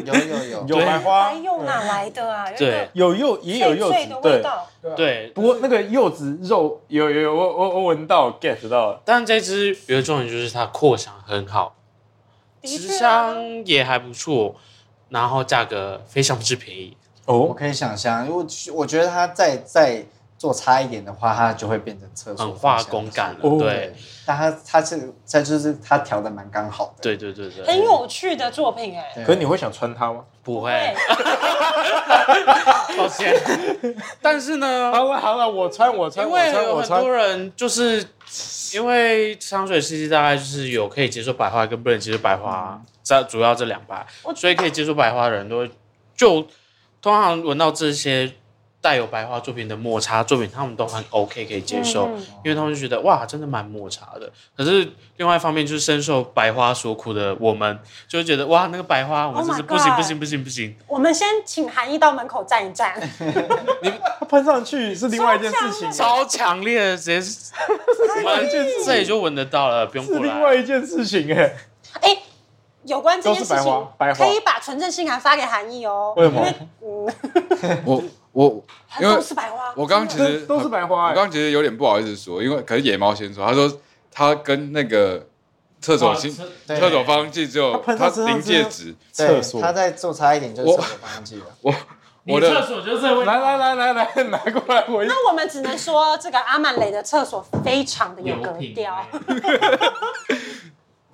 有有有，有白花白，柚哪来的哎啊？有一对个有柚也有柚脆子脆的，味对。道， 对，不过那个柚子肉有有有，我我我闻到 get 到了，但这支有一重点就是它扩香很好，的持确啊香也还不错，然后价格非常之便宜。我哦，可以想象，因为我觉得它再再做差一点的话，它就会变成厕所很化工感了，哦对，但它它是它就是它调的蛮刚好的，对对对对，很有趣的作品哎、对，可是你会想穿它吗？不会对，，抱歉。但是呢，好啊了好了，我穿我穿因我为穿有我很穿多，人就是因为香水世纪大概就是有可以接受白花跟不能接受白花，这、主要这两把，所以可以接受白花的人都会就通常闻到这些带有白花作品的抹茶作品，他们都很 OK 可以接受，嗯嗯因为他们就觉得哇，真的蛮抹茶的。可是另外一方面就是深受白花所苦的我们，就会觉得哇，那个白花我们 Oh 真是 my 不行 God 不行不行不行，我们先请韩一到门口站 一站，它喷上去是另外一件事情，超强烈的，直接是我们这里就闻得到了，不用是过另来外。一件事情哎，哎、有关这件事都是白情花白，花可以把纯正信函发给韩毅哦。为什么？嗯，我我因为都是白花。我刚刚其实都都是白花我哎，刚其实有点不好意思说，因为可是野猫先说，他说他跟那个厕所清哇这厕所方剂只有他喷他到身上临界值，厕所它再做差一点就是厕所忘记了，我你我厕的所就是这个味道来来来来来，拿过来我一，那我们只能说，这个阿曼雷的厕所非常的有格调。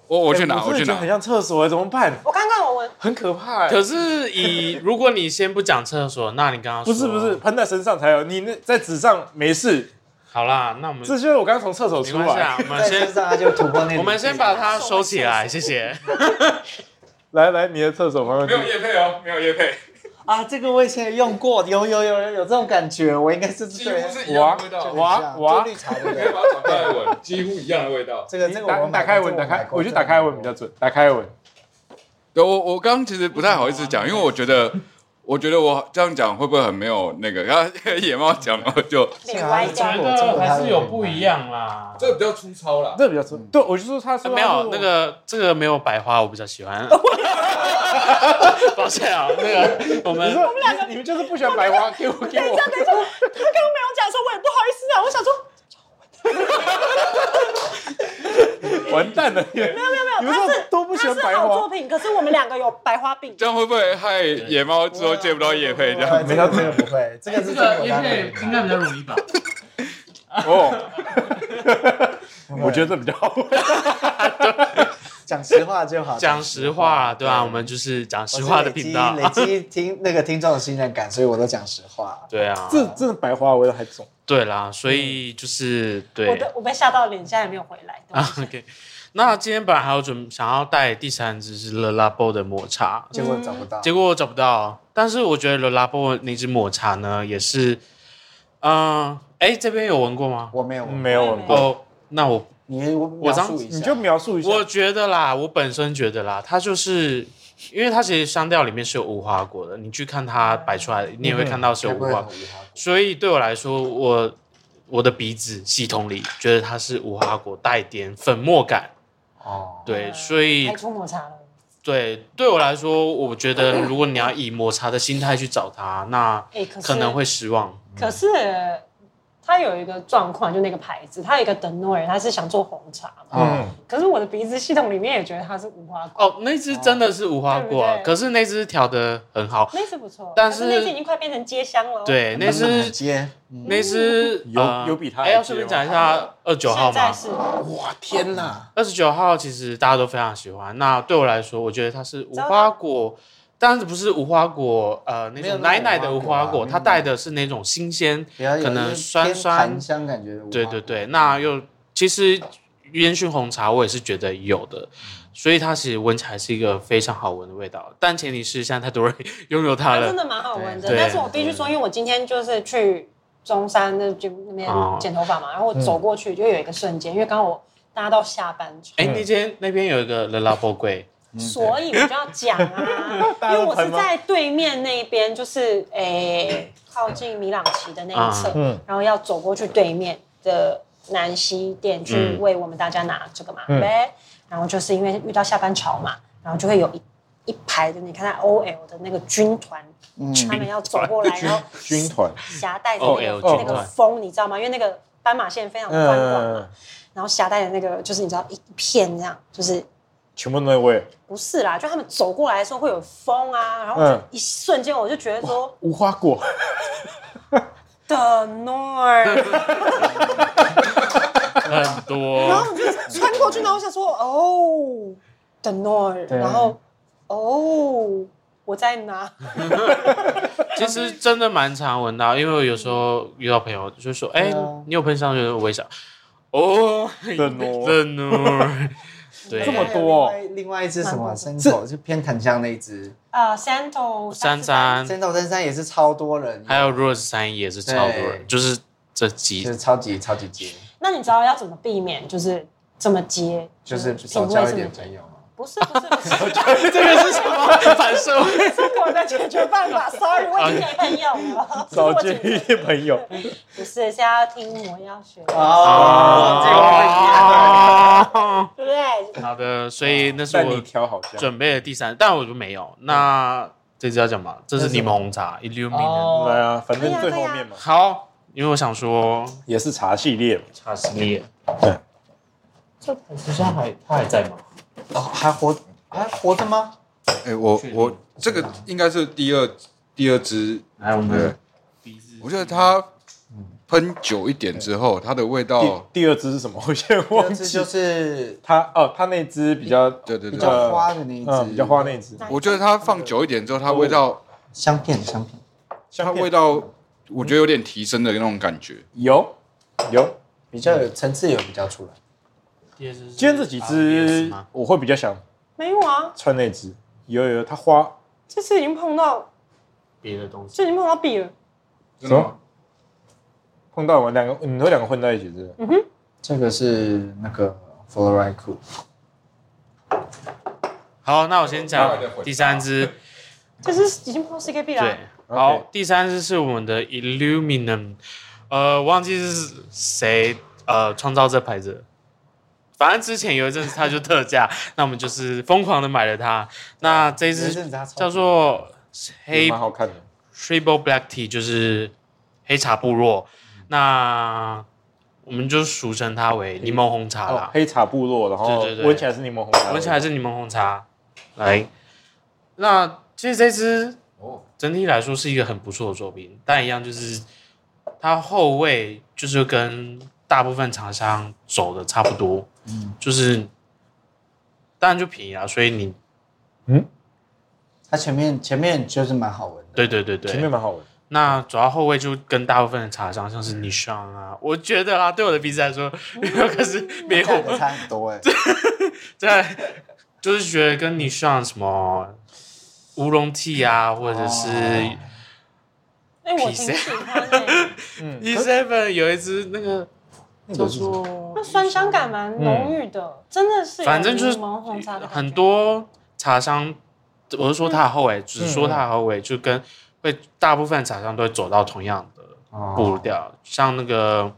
我我去拿哎我真的觉去得拿很，像厕所哎，怎么办？我刚刚我闻，很可怕哎。可是以如果你先不讲厕所，那你刚刚不是说不是，喷在身上才有，你那在纸上没事。好啦，那我们这就是我刚从厕所没出关系啊来，，我们在身先上它就突破那，我们先把它收起来，谢谢。来来，你的厕所方没有便。叶配哦，没有叶配，啊，这个我以前也用过，有有有有有这种感觉，我应该是几乎是一哇样的味道，哇啊哇绿茶对不你可以 对把？它转开来闻，几乎一样的味道。这个你这个打我你打开闻，打开，我觉得打开闻比 较准。打开闻， 对，我我刚刚其实不太好意思讲，因为我觉得。我觉得我这样讲会不会很没有那个？ 刚刚野猫讲了，我就脸歪这个掉还。是中国样啦这个比较粗糙啦。这比较准。对，我就说他说没有那，个这个没有白花，我比较喜欢。抱歉啊，那个他我们说我你说你你们就是不喜欢白 花，给我给我。等一下，他刚刚没有讲的时候，我也不好意思啊。我想说，完蛋了！你们你们啊他这是都不喜欢他白是好作花，品，可是我们两个有白花病这。样会不会害野猫之后接不到叶配这样？没有这个不会，哎这个是中国搭配的比较容易吧？哦， 我觉得这比较好。讲实话就好。讲实话，对啊，我们就是讲实话的频道我。是累积累积听那个听众的信任感，所以我都讲实话。对啊，这真的白花味道还重。对啦，所以就是我对的我被吓到，脸现在还没有回来。对啊，OK。那今天本来还有准想要带第三支是 Le Labo 的抹茶，结果找不到，结果我找不到。但是我觉得 Le Labo 那支抹茶呢，也是，嗯、诶哎，这边有闻过吗？我没有，没有闻过，哦，那我你我张述一下，你就描述一下。我觉得啦，我本身觉得啦，它就是。因为它其实香调里面是有无花果的，你去看它摆出来，你也会看到是有会啊无不花会果很。无花所以对我来说，我我的鼻子系统里觉得它是无花果带点粉末感，哦，啊呃对，所以开出抹茶了。对对我来说，我觉得如果你要以抹茶的心态去找它，那哎，可是可能会失望。可是它有一个状况，就那个牌子，它有一个等诺尔，它是想做红茶啊嘛。嗯，可是我的鼻子系统里面也觉得它是无花果，哦，那只真的是无花果啊，哦对哦不对可是那只调的很好，那次不错，但是可那次已经快变成街香了。，对，那只接那只有呃有比它，哎，要顺便讲一下二九号哦现在吗？是哇天哪，二十九号其实大家都非常喜欢。那对我来说，我觉得它是无花果，但是不是无花果，呃，那没有种那奶种奶的无无花花果啊果，嗯它带的是那种新鲜，比较有嗯可能一酸偏酸檀香感觉的无花果，对对对。那又其实烟熏红茶我也是觉得有的，所以它其实闻起来是一个非常好闻的味道，但前提是现在太多人 拥有它它啊哎真了。的蛮好闻的对。但是我必须说，因为我今天就是去中山那就那边哦嗯剪头发嘛，然后我走过去就有一个瞬间，因为刚好我搭到下班场。哎，那间那边有一个 The l a b o 柜，所以我就要讲 啊因为我是在对面那一边，就是诶、靠近米朗奇的那一啊侧，嗯然后要走过去对面的南西店去嗯为我们大家拿这个嘛呗、然后就是因为遇到下班潮嘛，然后就会有一一排的，你看到 OL 的那个军团，他们要走过来，然后嗯军团携带着那 OL 个那军个团风，你知道吗？因为那个斑马线非常宽广嘛，嗯，然后携带的那个就是你知道一片这样，就是全部那位不是啦，就他们走过来的时候会有风啊，然后就嗯一瞬间我就觉得说无花果，的 north， 很然多后我就穿过去，然后我想说哦的 north，然后哦我在哪？其实真的蛮常闻到，因为我有时候遇到朋友就说，哎，啊你有喷香水吗？我也想，哦，真的哦真的 哦，这么对，多哦另外另外一只什么生口就偏檀香那一只，啊 s a n t o 珊珊生口登山也是超多人，还有 Rose 三也是超多人，对就是这就几是超级超级接，那你知道要怎么避免就是这么接？就是品少味交一这么点接朋友嘛。不嗯是不是 不是，这个是什么 反社会？这是我的解决办 法。Sorry，我已经没朋友了，少 这见是我解一决些朋友。不是是要听我要学，哦，啊这个 哦，对不对？ 好的，所以那是但你我挑好像，准备的第三，但我就没有。那这次要讲嘛，这是柠檬红茶会 Illumina。来哦，啊，反正最后面嘛，好，因为我想说也是茶系列嘛。茶系列，对，这本身它还它还在吗？哦还活还活着吗？哎、我确定我这个应该是第二第二支，来，我对嗯们，鼻子，我觉得它喷久一点之后，它的味嗯道，第第二支是什么？我现在忘这只记就。是它哦，它那支比较对对比对，较花的那一只，嗯比较花那支，我觉得它放久一点之后，它味道香片香片，它香味味道道，我觉得有点提升的那种感觉。有有。比较有层次有比较出来。第二支是今天这几支啊我会比较想没有啊，穿那支，有有它花这次已经碰到，别的东西，就已经碰到 B 了。真的吗？碰到我们两个，你们两个混在一起是不是？这个是那个 Floride Cool，好，那我先讲那我再回答第三支。这是已经碰到 CKB 对了。，啊好 OK 第三支是我们的 Illuminum，呃，忘记是谁呃创造这牌子的，反正之前有一阵子它就特价， 那我们就是疯狂的买了它。那这一有一支阵子它超叫做也黑蛮好看的。 Triple Black Tea，就是黑茶部落，那我们就俗称它为柠檬红茶哦啦，，黑茶部落，然后对对对闻起来是柠檬红茶味，闻起来是柠檬红茶。来，那其实这支哦，整体来说是一个很不错的作品，但一样就是它后味就是跟大部分厂商走的差不多，嗯，就是当然就便宜啊，所以你它前面前面就是蛮好闻的，对对对前面对，蛮好闻。那主要后味就跟大部分的厂商像是 Nishon 啊，我觉得啦，对我的鼻子来说， 可是没有价格差很 多哎。在就是觉得跟 Nishon 什么乌龙 T 啊，或者是哦哎，我挺喜欢的， E Seven 有一支那个叫做。哦那酸香感蛮浓郁的，真的是嗯有反正就是柠檬红茶的感觉很。多茶商，我是说它的后嗯尾，只是说它的后尾就跟会大部分茶商都会走到同样的哦步调，嗯像那个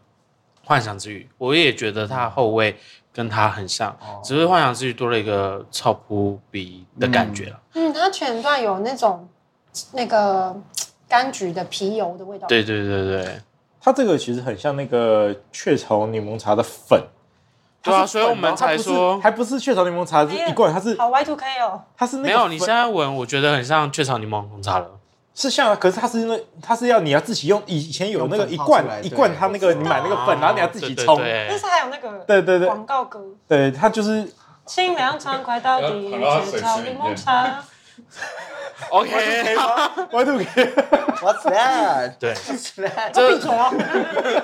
幻想之语，我也觉得它的后味跟它很像，哦只是幻想之语多了一个草扑鼻的感觉了。嗯，它全段有那种那个柑橘的皮油的味道。对对对对，它这个其实很像那个雀巢柠檬茶的粉。对啊它是所以我们粉哦它才不是说还不是雀巢柠檬茶，是一罐，它是好 Y two K 哦，它是那个没有，你粉现在闻，我觉得很像雀巢柠檬红茶了。是像，可是它是那它是要你要自己用，以前有那用个粉一泡出来罐一对罐，它那个你买那个粉，然后啊你要自己冲哦对，对 但对是还有那个对对对广告歌，对，它就是清凉畅快到底，然后雀巢柠檬茶。 ，OK，我都给 What's that？对。闭嘴哦，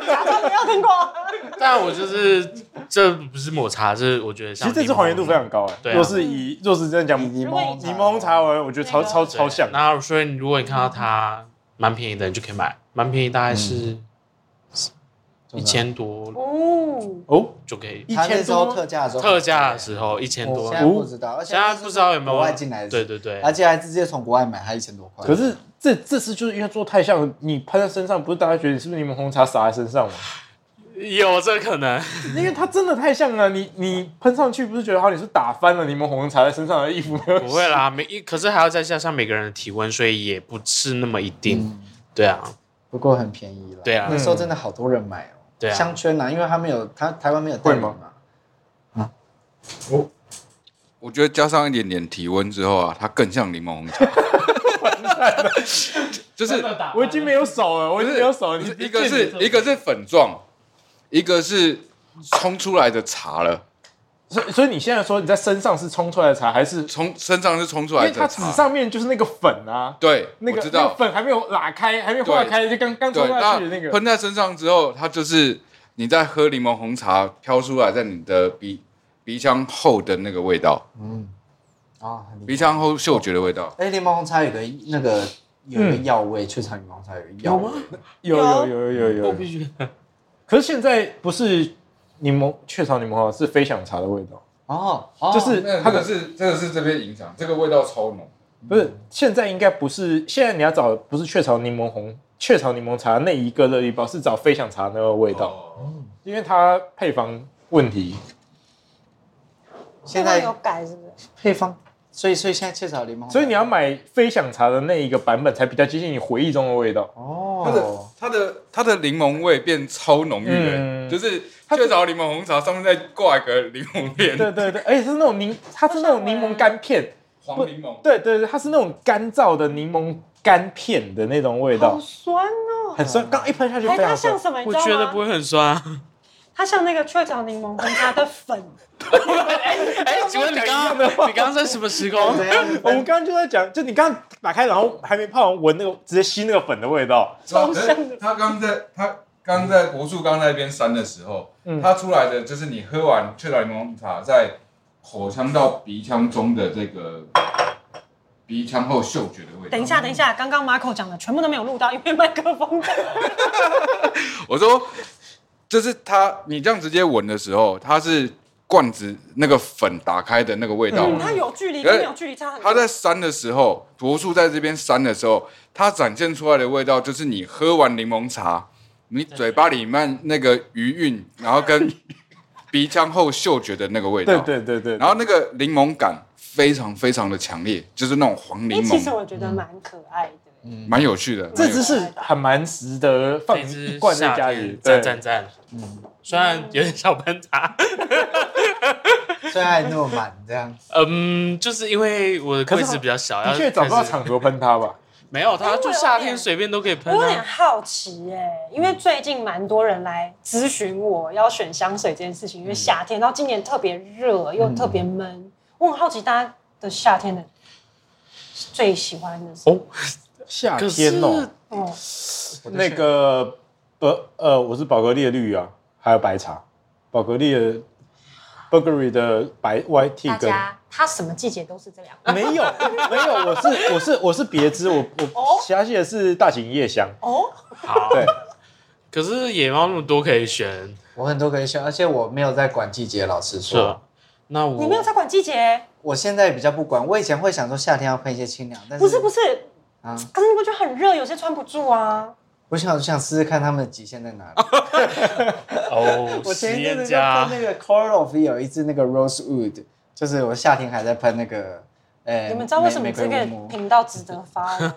假装没有听过。 但我就是这不是抹茶，这是我觉得 其像实这支柠檬还原度非常高对哎。啊若是以若是这样讲，柠柠檬檬红茶檬红茶我我觉得超那个超超像的，那所以嗯如果你看到它蛮便宜的，你就可以买，蛮便宜大概是一千多哦，哦，就可以。一他那千时候多特价的时候，特价的时候一千我多哦现，在不知道，而且现在不知道有没有国外进来的，啊对对对，而且还直接从国外买，还一千多块。可是这这次就是因为做太像，你喷在身上，不是大家觉得你是不是柠檬红茶洒在身 上吗？有这可能。因为它真的太像了，啊你你喷上去不是觉得啊好，你是打翻了柠檬红茶在身上的衣服没有不会啦，每一可是还要再加上每个人的体温，所以也不是那么一定。嗯对啊，不过很便宜了。对啊那嗯时候真的好多人买哦。对啊香圈啊，因为他没有，他台湾没有代理会嘛。我觉得加上一点点体温之后啊，它更像柠檬红茶。 就是我已经没有手了，我已经没有手了。不你是一个是一个是粉状，一个是冲出来的茶了，所以所以你现在说你在身上是冲出来的茶，还是因从身上是冲出来为的它纸茶。上面就是那个粉啊？对，那个我知那个道。粉还没有拉开，还没化开，就刚刚冲对，下去的那那个。喷在身上之后，它就是你在喝柠檬红茶飘出来，在你的鼻鼻腔后的那个味道，嗯，啊，很鼻厉害。腔后嗅觉的味哦道。哎，柠檬红茶有个那个有一个药味，雀巢柠檬红茶有一个药味。嗯有有有有有有。须可是现在不是柠檬雀巢柠檬茶，是飞翔茶的味道，哦，哦就是它的是这个是这边影响，这个味道超浓。不是现在应该不是现在你要找的不是雀巢柠檬红。雀巢柠檬茶那一个热力包是找飞翔茶那个味道，哦因为它配方问题。现现在有在改是不是？配方，所以所以现在雀巢柠檬红茶，所以你要买飞享茶的那一个版本，才比较接近你回忆中的味道。它的哦，它的它的柠檬味变超浓郁了，嗯就是雀巢柠檬红茶上面再挂一个柠檬片，对对对，而且是那种柠，它是那种柠檬干片，黄柠檬。对对对，它是那种干燥的柠檬干片的那种味道好，酸哦，很酸，刚一喷下去哎，非它常像酸。什么？你我知道觉得吗？不会很酸、啊。它像那个雀巢柠檬红茶的粉，哎，请问你刚刚你刚刚在什么时空？怎样我们刚刚就在讲，就你刚刚打开，然后还没泡完，闻那个直接吸那个粉的味道，超像的他刚在他刚在国术刚那边扇的时候，他出来的就是你喝完雀巢柠檬茶，在口腔到鼻腔中的这个鼻腔后嗅觉的味道。等一下，等一下，刚刚 Marco 讲的全部都没有录到，因为麦克风在。我说就是他，你这样直接闻的时候，它是罐子那个粉打开的那个味道。它有距离，可跟是没有距离差很多。他在扇的时候，柏树在这边扇的时候，它展现出来的味道就是你喝完柠檬茶，你嘴巴里面那个余韵，然 后跟鼻腔后嗅觉的那个味道。对对对对，然后那个柠檬感非常非常的强烈，就是那种黄哎，柠其实檬，我觉得蛮可爱的。嗯蛮有趣的。这蛮有只是还蛮值得放 这一支罐在夏家里天，对嗯赞赞赞。虽然有点小喷茶，虽然还那么满这样，嗯，就是因为我的可是柜子比较小，的要确找不到开始场合喷它 吧？没有，它就夏天随便都可以喷我有点啊。好奇哎、因嗯为最近蛮多人来咨询我要选香水这件事情，嗯因为夏天，然后今年特别热又特别闷，我很好奇大家的夏天的最喜欢的是哦，夏可是天哦，哦，那个呃呃，我是宝格丽的绿啊，还有白茶，宝格丽的 Burberry 的白 White 大 Tea 跟家它什么季节都是这样没有没有，我是我是我是别枝，我我其他系的是大型夜香， 哦，好，对，可是野猫那么多可以选，我很多可以选，而且我没有在管季节，老实是啊说吧，？那我你没有在管季节？我现在比较不管。我以前会想说夏天要喷一些清凉，但是不是不是，啊，可是你不觉得很热，有些穿不住啊？我想想试试看他们的极限在哪啊里。哦，我前实一阵验子就喷家那个 c o r o f 有一支那个 Rosewood，就是我夏天还在喷那个，呃，你们知道为什么玫这瑰个乌木频道值 得发吗？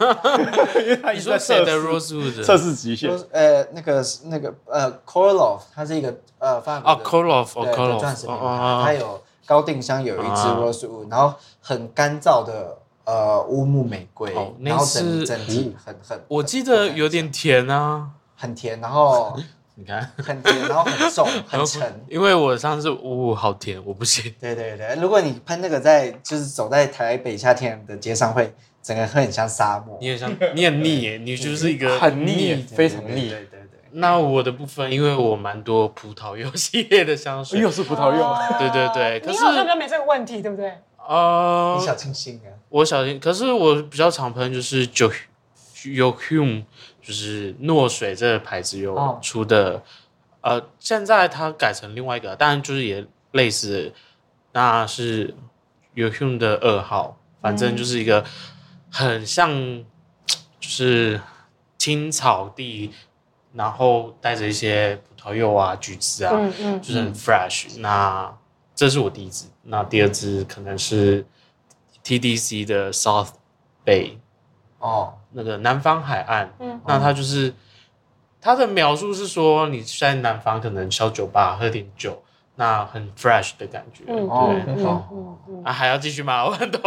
因为它一你直在说测谁的试 Rosewood？测试极限就，是呃那个那个呃 c o r o f 它是一个呃法国哦的，Koloff，哦对对钻石，Koloff，品哦牌，它哦哦，有高定香有一支啊 Rosewood，然后很干燥的呃乌木玫瑰哦，那然后整是整体很很，我记得有点甜啊。很甜，然 后你看，很甜，然后很重，很沉。因为我上次呜、好甜，我不行。对对对，如果你喷那个在就是走在台北夏天的街上，会整个会很像沙漠，你很像，你很腻耶，你就是一 个很腻，对非常对腻，对对对。那我的部分，因为我蛮多葡萄柚系列的香水，又是葡萄柚，对对对可哦你是好像比较没这个问题，对不对？呃你，小清新啊，我小心，可是我比较常喷就是 Jo Jo Hume，就是诺水这个牌子有哦出的、呃，现在它改成另外一个，当然就是也类似，那是 u h u m 的二号，反正就是一个很像，就是青草地，然后带着一些葡萄柚啊、橘子啊，嗯嗯，就是很 fresh、那这是我第一支，那第二支可能是 TDC 的 South Bay 哦，那个南方海岸，嗯那它就是它的描述是说你在南方可能小酒吧喝点酒，那很 fresh 的感觉，嗯哦对。很嗯好嗯嗯，啊，还要继续吗？我 很多，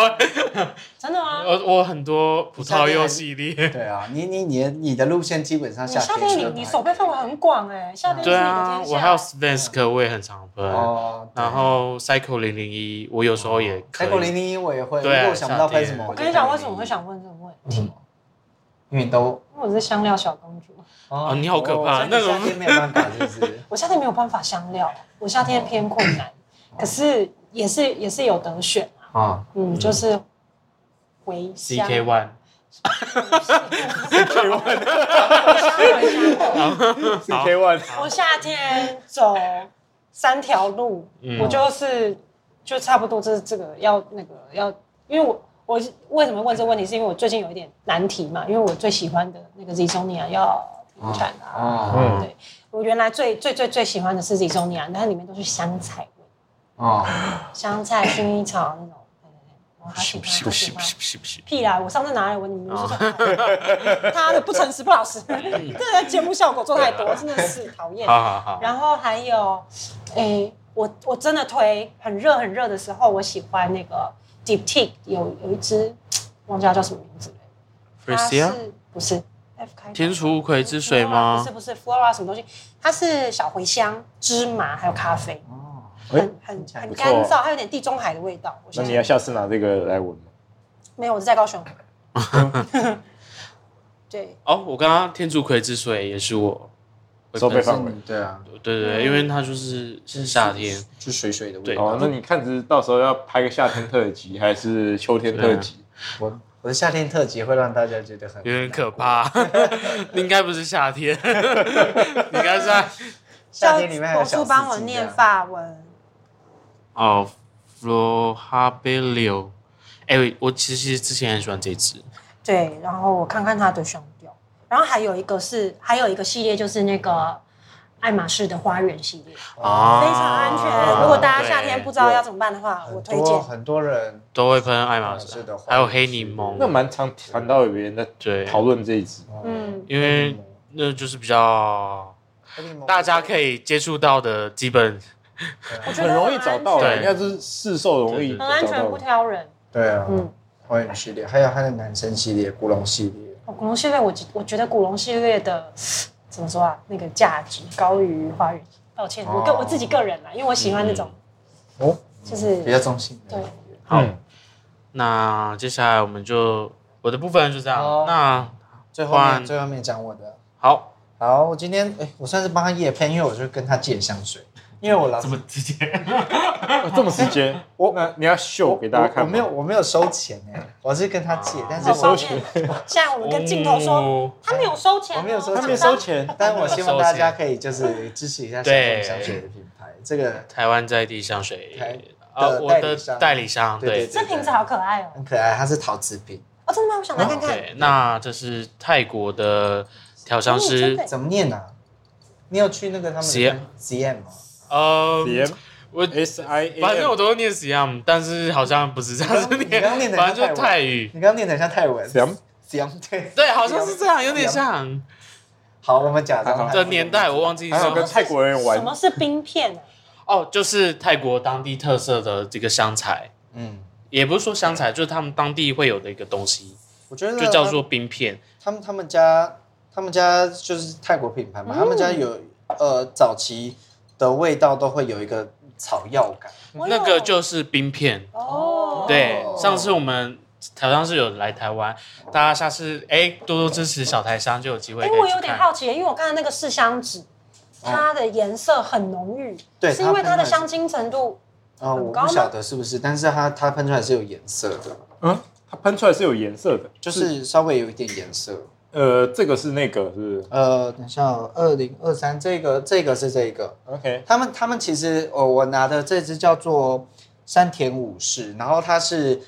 真的吗？我我很多葡萄柚系列，对啊，你你你的你的路线基本上你夏夏天天就你你还手背范围很广哎，夏天 是对你的啊天，下。我还有 Svensk 我也很常喷，嗯哦，然后 Cycle 零零一我有时候也可开以，过零零一我也会，如对啊果我想不到夏天喷什么，我就跟你讲，看为什么001会，想问这个问为题？什么？因为你都因为我是香料小公主，哦啊你好可怕那那个个夏天没有办 法，是不是？我夏天没有办法香料，我夏天偏困难，可是也是也是有得选啊，啊，嗯，就是茴香 CK One，好 K One 我夏天走三条路，嗯我就是就差不多这这个要那个要，因为我我是为什么问这个问题，是因为我最近有一点难题嘛，因为我最喜欢的那个 Zizonia 要停产了、啊。哦对，我原来最最最最喜欢的是 Zizonia，但是里面都是香菜味，哦，香菜、薰衣草那种。对对对我好喜欢，好喜欢。屁啦！我上次拿来闻，你们就说他的不诚实、不老实，这个节目效果做太多，真的是讨厌。好好好，然后还有，诶、我我真的推很热很热的时候，我喜欢那个 Deep t e 有有一只，忘记它叫什么名字了。它 Frisia？是不是 F 开头？天竺葵之水吗不是不是 Flora 什么东西？它是小茴香、芝麻还有咖啡，很很起来很不干错燥，还有点地中海的味道。我那现你要在下次拿这个来闻吗？没有，我是在高雄。对，哦，我刚刚天竺葵之水也是我会收费喷范围嗯对啊，对对对，因为它就是是夏天，就水水的味对道。哦，那你看是到时候要拍个夏天特辑还是秋天特辑？我我的夏天特辑会让大家觉得很有点可怕。 你应该不是夏 天，你应该是在夏天里面还有火小叔司帮我机念啊法文。哦 f l o h a b e l i o 哎，我其实之前很喜欢这支，对，然后我看看它的香调，然后还有一个是还有一个系列就是那个爱马仕的花园系列，啊非常安全。如果大家夏天不知道啊对要怎么办的话，我很推荐多。很多人都会喷爱啊马是仕的，还有黑柠那檬，蛮常谈到有别人在对讨论这一支，哦嗯，因为那就是比较大家可以以接触到的基本我觉很得容易找到很啊，安对人家是市售容易对找全很安全，到不的。挑人。对啊，嗯，花园系列，还有他的男生系列、古龙系列，哦古龙系列我觉我觉得古龙系列的怎么说啊，那个价值高于花园。抱歉，我个哦嗯我自己个人啦，因为我喜欢那种哦，就是比较中性的对。好嗯。那接下来我们就我的部分就这样。好那最后面换最后面讲我的，好，好，我今天哎，我算是帮他夜喷，因为我就跟他借香水，因为我老么直接？哦这么直接，我那你要秀给大家看我我吗没有，我没有收钱哎，我是跟他借，但是好抱我歉，现在我们跟镜头说，哦，他没有收钱哦，我没有收他没有收钱，但我希望大家可以就是支持一下小众香水的品牌，这个台湾在地香水台，呃，的我代理的商代理商，对对对这瓶子好可爱哦！很可爱，它是陶瓷瓶，哦，真的吗？我想来看看。对。那这是泰国的调香哦真师的，耶怎么念啊？你有去那个他们 CM C M 吗？呃， ？M 我 S I A，反正我都念 Siam，但是好像不是这样子你刚刚念念，的反正像就泰泰语。你刚刚念的像泰文 CM CM 对对，好像是这样，有点 CM 像好，我们假装它的年代，我忘记还是有跟泰国人什玩么是冰片啊？哦，就是泰国当地特色的这个香材，嗯，也不是说香材，就是他们当地会有的一个东西，我觉得就叫做冰片。他们他们家他们家就是泰国品牌嘛，他们家有呃早期的味道都会有一个草药感，我有那个就是冰片，哦，对，上次我们调香师有来台湾，大家下次哎、多多支持小台商就有机会哎、可以去我看。哦有点好奇，因为我看到那个试香纸，它的颜色很浓郁，对是因为它它的它香精程度啊、很我高吗不晓得是不是，但是它它喷出来是有颜色的，嗯，它喷出来是有颜色的，就是稍微有一点颜色，呃，这个是那个是不是呃，等一下哦，二零二三这个这个是这个， ？OK，他们他们其实哦，我拿的这只叫做山田武士，然后它是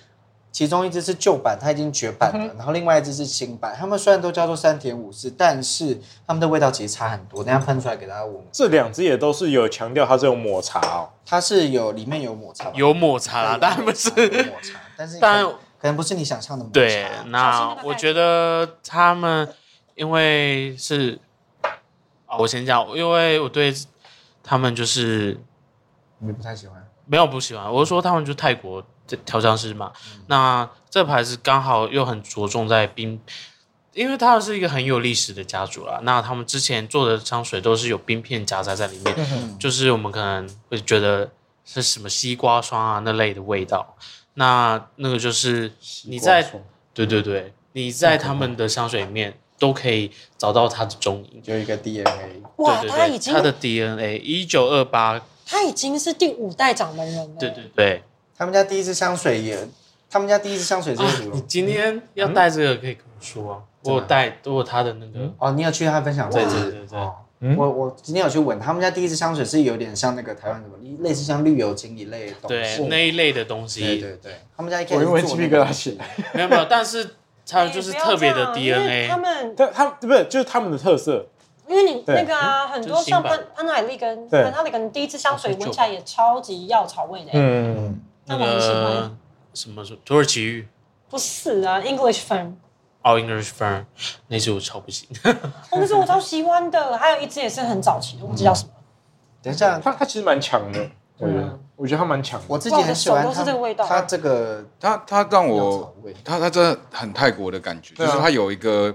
其中一只是旧版，它已经绝嗯版了，然后另外一只是新版。它们虽然都叫做山田武士，但是它们的味道其实差很多。等一下喷出来给大家闻，这两只也都是有强调它是有抹茶哦。它是有里面有抹茶吧，有抹茶啦，对当然不有是。抹茶，但是当然可能可能不是你想象的抹茶。对，小那心那个盖子我觉得他们因为是，哦我先讲，因为我对他们就是你不太喜欢。没有不喜欢，我是说他们就泰国这调香师嘛。那这牌子刚好又很着重在冰，因为他们是一个很有历史的家族啦。那他们之前做的香水都是有冰片夹杂在里面，就是我们可能会觉得是什么西瓜霜啊那类的味道。那那个就是你在对对对，你在他们的香水里面都可以找到它的踪影。有一个 DNA，哇，对他对已对，经它的 DNA 一九二八，他已经是第五代掌门人了。对对对。他们家第一支香水也，他们家第一支香水是什么？你今天要带这个可以跟我说啊，嗯我有带，我有他的那个，哦，你有去他分享这对支？对对对，嗯我我今天有去闻，他们家第一支香水是有点像那个台湾什么，类似像绿油精一类的东西。对那一类的东对西，对对，他们家一开我始因为做鸡那皮个疙瘩起来，没有没有，但是它就是特别的哎你不要这样因为他 DNA，们但它不是就是他们的特色，因为你对那个啊，很就多是新像版哦潘潘海利跟对潘海利跟第一支香水闻起来也超级药草味的欸，嗯，那那我很喜个欢。什么土耳其浴不是啊，English firm， ，All English Burn，那支我超不行，哦那是我超喜欢的，还有一支也是很早期的，我不嗯知道什么。等一下，它它其实蛮强的，我觉啊得，我觉得它蛮强的。我自己很喜欢哇我的手他都是这个味道他这个他他让药草我味他他真的很泰国的感觉，对就啊是他有一个，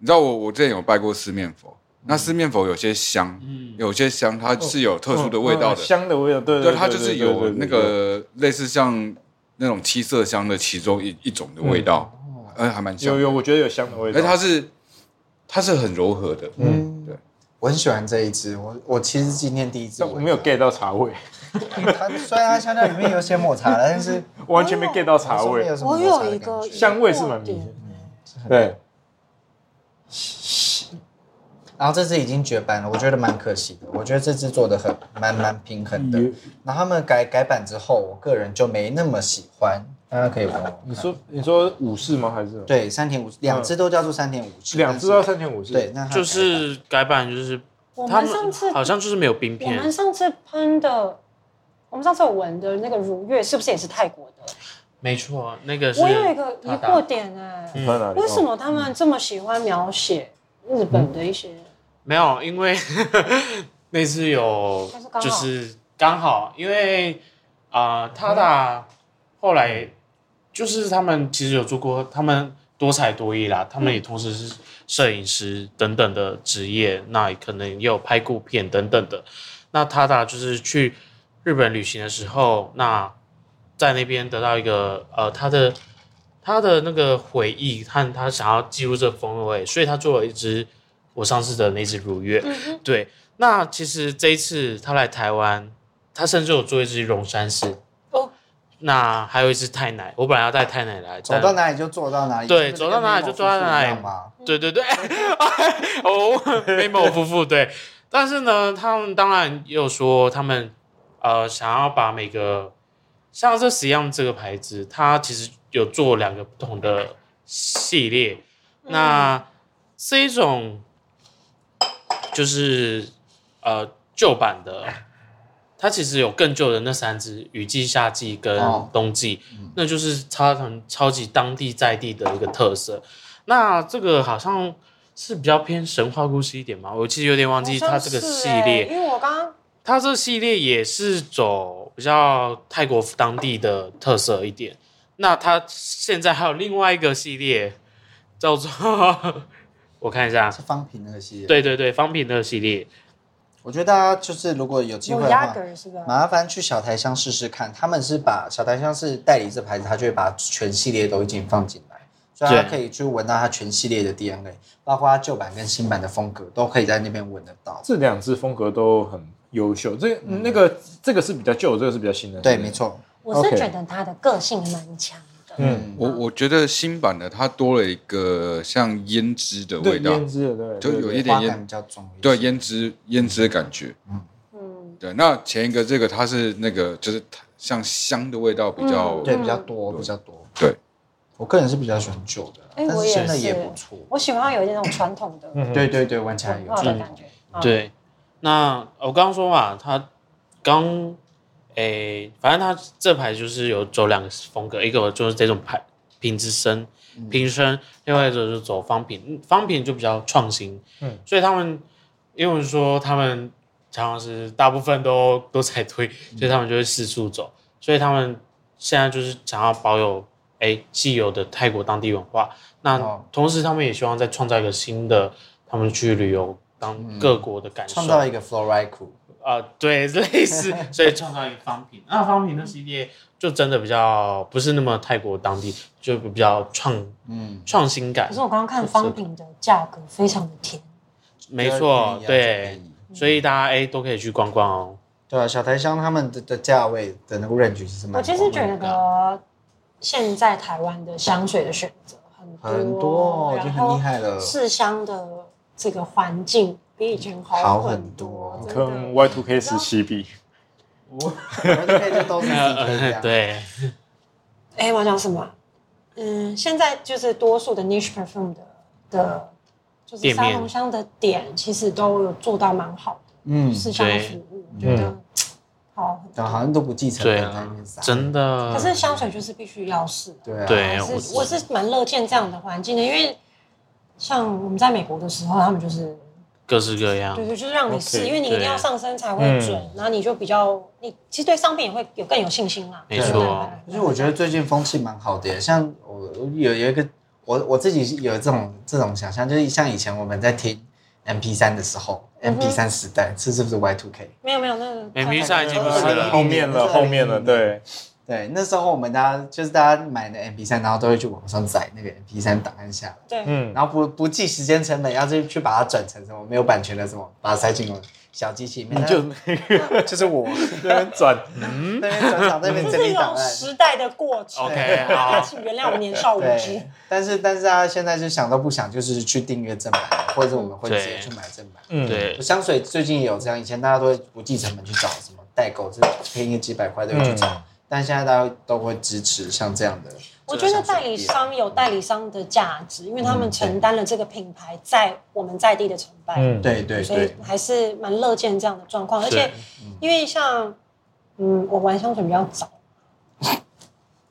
你知道我我之前有拜过四面佛，嗯那四面佛有些香，有些香它是有特殊的味嗯道的嗯，香的味道，对对，对，它就是对有对对那对对个类似像那种七色香的其中一一种的味道，嗯，还蛮有香，有，我觉得有香的味而且道。它是它是很柔和的，嗯，对，我很喜欢这一支，我我其实今天第一支但闻我到没有 get 到茶味， 它虽然它香料里面有些抹茶了，但 是我完全没 get 到茶说没味哦有，什么我抹茶有的一感个觉。香味是蛮明显的。对，然后这支已经绝版了，我觉得蛮可惜的。我觉得这支做的很蛮蛮平衡的。然后他们改改版之后，我个人就没那么喜欢。大家可以闻闻你看。说你说武士吗？还是什么？对，三点五，两只都叫做三点五嗯只，两只但到是三千五是？对，，那它 就是改版就是我他们上们次好像就是没有冰我们片，上次喷的，我们上次有闻的那个如月是不是也是泰国的？没错，那个是嗯我有一个疑他打惑点哎、你放哪里？为什么他们这么喜欢描写日本的一些？没有，因 为那次有但是刚好就是刚好，因为啊，他、嗯大后来就是他们其实有做过，他们多才多艺啦，他们嗯也同时是摄影师等等的职业，那可能也有拍过片等等的。那他大就是去日本旅行的时候，那在那边得到一个呃他的他的那个回忆和他想要记录这风味，所以他做了一支我上次的那支如月。对，那其实这一次他来台湾，他甚至有做一支龙山寺哦，那还有一支泰奶，我本来要带泰奶来，走但到哪里就做到哪里，对就是走到哪里跟就做到哪里柠檬夫妇一样嘛。对对 对，哦，美某夫妇对，但是呢，他们当然也有说他们呃想要把每个像这十样这个牌子，它其实有做两个不同的系列，那这一种就是呃旧版的。它其实有更旧的那三支，雨季、夏季跟哦冬季，那就是它很超级当地在地的一个特色。那这个好像是比较偏神话故事一点嘛，我其实有点忘记它这个系好像是列欸，因为我刚刚它这个系列也是走比较泰国当地的特色一点。那它现在还有另外一个系列叫做， 我看一下，是方瓶那个系列，，对对对，方品那个系列，我觉得大家就是如果有机会有的压话，根是吧？麻烦去小台香试试看，他们是把小台香是代理这牌子，他就会把全系列都已经放进来，所以他对可以去闻到它全系列的 DNA，包括它旧版跟新版的风格都可以在那边闻得到。哦这两只风格都很优秀？这嗯那个这个是比较旧，这个是比较新的。对，没。错，我是 OK 觉得他的个性蛮强，的。嗯，我我觉得新版的它多了一个像胭脂的对，味道腌，制的，对，就对有对一点花腌感比较重一些。对胭脂胭脂的感觉。嗯，对，那前一个这个它是那个就是像香的味道比较嗯对比较多比较多。对，我个人是比较喜欢旧的啦，哎但我是也现在也是不错。我喜欢有一点那种传统的嗯哼对对对，玩起来文有化的趣感觉。嗯，对，那我刚刚说嘛，他刚诶、反正他这排就是有走两个风格，一个就是这种牌品质深平深，另外一种就是走方品，嗯方品就比较创新。嗯，所以他们因为说他们常常是大部分都都在推，所以他们就会四处走，所以他们现在就是想要保有诶、既有的泰国当地文化，那哦同时他们也希望再创造一个新的。他们去旅游，当各国的感受，嗯创造一个 Fluoride Crew。啊、对， 类 似，所以创造一个方品。那方品的系列就真的比较不是那么泰国当地，就比较创嗯，创新感可是。我刚刚看方品的价格非常的甜，没错，就便宜啊就对便宜，所以大家哎都可以去逛逛哦。对啊，小台香他们的的价位的那个 range 其实蛮广我的。其实觉得现在台湾的香水的选择很多，很多已经然很后厉害了。试香的这个环境比以前好很很多真的跟 Y Two K 时期比，然后就可以就都是自己可以啊这样。呃 对，哎，我要讲什么啊？嗯，现在就是多数的 niche perfume 的的，就是店面沙龙香的点，其实都有做到蛮好的，嗯，试香服务，我觉得好很但多。好像都不继承对了，啊在那边撒真的可。是香水就是必须要试的，对啊，对我是我我是蛮乐见这样的环境的，因为像我们在美国的时候，他们就是各式各样对，对，就是让你 OK，试因为你一定要上身才会对准，嗯然后你就比较，你其实对商品也会有更有信心啦。没对错啊。其实我觉得最近风气蛮好的耶，像我有有一个我我自己是有这种这种想象，就是像以前我们在听 MP 三的时候，MP 嗯三时代是是不是 Y two K？没有没有那个 MP3 已经不是了后面了，后面了，对，对，那时候我们大家就是大家买的 MP 三，然后都会去网上载那个 MP 三档案下来，对，嗯，然后不不计时间成本，要去去把它转成什么没有版权的什么，把它塞进我的小机器里面，就那个就是 我那边转，那边转档那边 这整是理一档种案。时代的过程。 OK，好，请原谅我年少无知对。，但是但是大家现在就想都不想，就是去订阅正版，或者我们会直接去买正版。嗯，对，香水最近也有这样，以前大家都会不计成本去找什么代购，这便宜几百块都会去找，嗯但现在大家都会支持像这样的。我觉得代理啊商有代理商的价值，因为他嗯们承担了这个品牌在我们在地的成败。嗯，对对所以对，还是蛮乐见这样的状况。而是且，因为像，嗯，我玩香水比较早，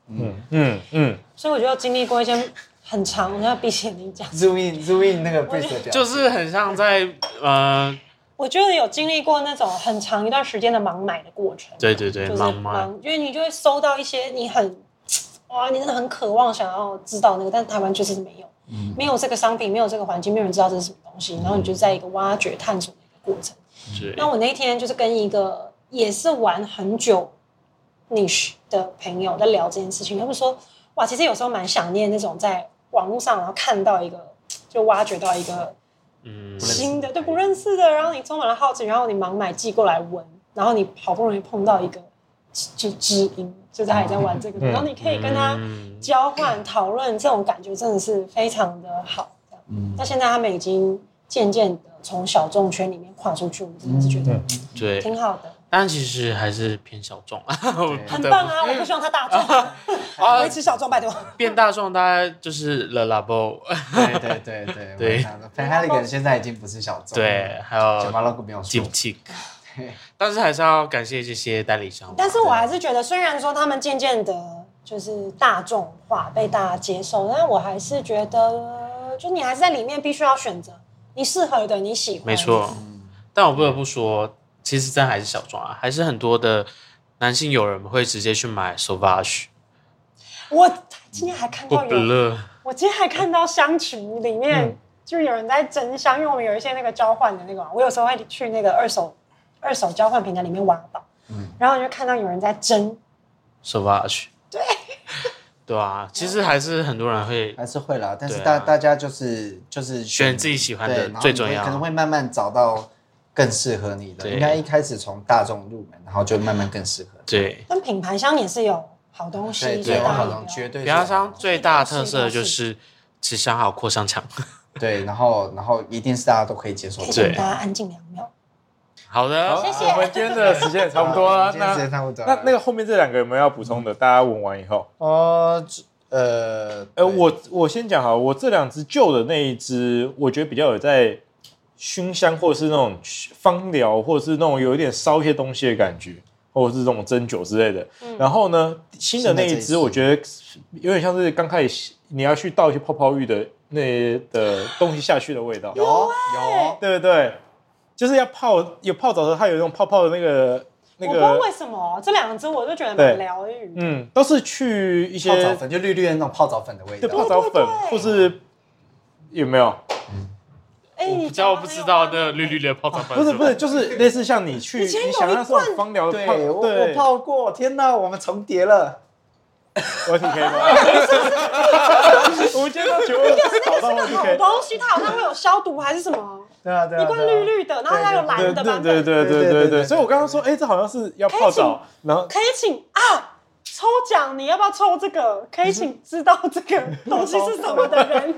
嗯嗯嗯，所以我就经历过一些很长，我要比起你讲， zoom in zoom in 那个 b r i 的表情，就是很像在呃，我觉得有经历过那种很长一段时间的盲买的过程。对对对，就是妈妈，盲，因为你就会收到一些你很，哇，你真的很渴望想要知道那个，但台湾就是没有，没有这个商品，没有这个环境，没有人知道这是什么东西，然后你就在一个挖掘探索的一个过程。对那我那天就是跟一个也是玩很久 niche 的朋友在聊这件事情，他们说，哇，其实有时候蛮想念那种在网络上然后看到一个，就挖掘到一个嗯，新的，对不认识的，然后你充满了好奇，然后你盲买寄过来闻，然后你好不容易碰到一个就知音，就是他也在玩这个，嗯然后你可以跟他嗯交换讨论，这种感觉真的是非常的好。这样嗯那现在他们已经渐渐的从小众圈里面跨出去，我真的是觉得对，挺好的，但其实还是偏小众啊，我不很得棒不啊！我不希望他 大众，维持小众，拜托。变大众，大概就是了 l a b o 对对对对对对 f a n h a l i g a n 现在已经不是小众，对，，还九八有 logo 没有 d i 说 p，t i k 但是还是要感谢这些代理商。但是我还是觉得，虽然说他们渐渐的，就是大众化被大家接受，但我还是觉得，就你还是在里面必须要选择你适合的，你喜欢。没错，但我不得不说，其实真还是小众啊，还是很多的男性友人会直接去买 Sauvage 我今天还看或到哦有， Blur，我今天还看到香群里嗯面就有人在争香，因为我们有一些那个交换的那个嘛，我有时候会去那个二手二手交换平台里面挖宝，嗯然后就看到有人在争 Sauvage，对，对啊，其实还是很多人会还是会啦，但是对大啊大家就是就是选自己喜欢对的然后最你重会可能要，会慢慢找到更适合你的。对应该一开始从大众入门，然后就慢慢更适合。对，但品牌香也是有好东西，对，最对，大好的像绝对比是亚商最大的特色就是吃香好扩香肠。对，然后然后一定是大家都可以接受的可以。对请大家安静两秒。好的，好谢谢我们今天的时间也差不多好 了。今天时那间差不多啊那了。那个后面这两个有没有要补充的？大家问完以后，哦，这呃呃，呃，我我先讲好，我这两只旧的那一只，我觉得比较有在熏香或者是那种芳疗，或者是那种有一点烧一些东西的感觉，或者是这种针灸之类的。嗯然后呢，新的那一新的这只，一只我觉得有点像是刚开始你要去倒一些泡泡浴的那些的东西下去的味道。有啊有对对对，就是要泡有泡澡的时候，它有一种泡泡的那个那我不知道为个，什么哦这两只我都觉得对蛮疗愈。嗯，都是去一些泡澡粉，就绿绿的那种泡澡粉的味对泡道。澡粉，对对对或是有没有？哎，我你比较讲不得很知有道画那个面绿绿的泡澡粉，不是不是，就是类似像你去，以前有你想要那种芳疗的泡，对，我我泡过，天哪，我们重叠了。我挺 K 吗？我们今天都觉得找到我挺 K，好东西，它好像会有消毒还是什么，对啊对啊，一罐对啊绿绿的，然后它有蓝对的对版对本。对对对对对对，对所以我刚刚说，哎，这好像是要泡澡，然后可以请啊，抽奖你要不要抽这个？可以请知道这个东西是什么的人，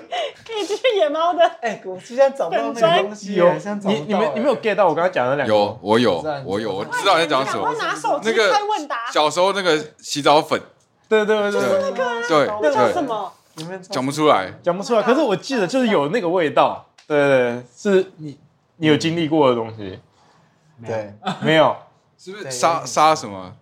可以去野猫的。哎、我现在找不到那个东西，有现在找不你到你们你们有 get 到哎我刚刚讲的那两个吗？有，我有知道，你我有，知道我知道你在讲什赶么快。拿手那机个开问答，小时候那个洗澡粉，对对对就是对，那个对那叫什对，么？你们讲不出来。讲不出来，可是我记得就是有那个味道，对对，对是你你有经历过的东西对，没有？是不是对杀有点杀什么？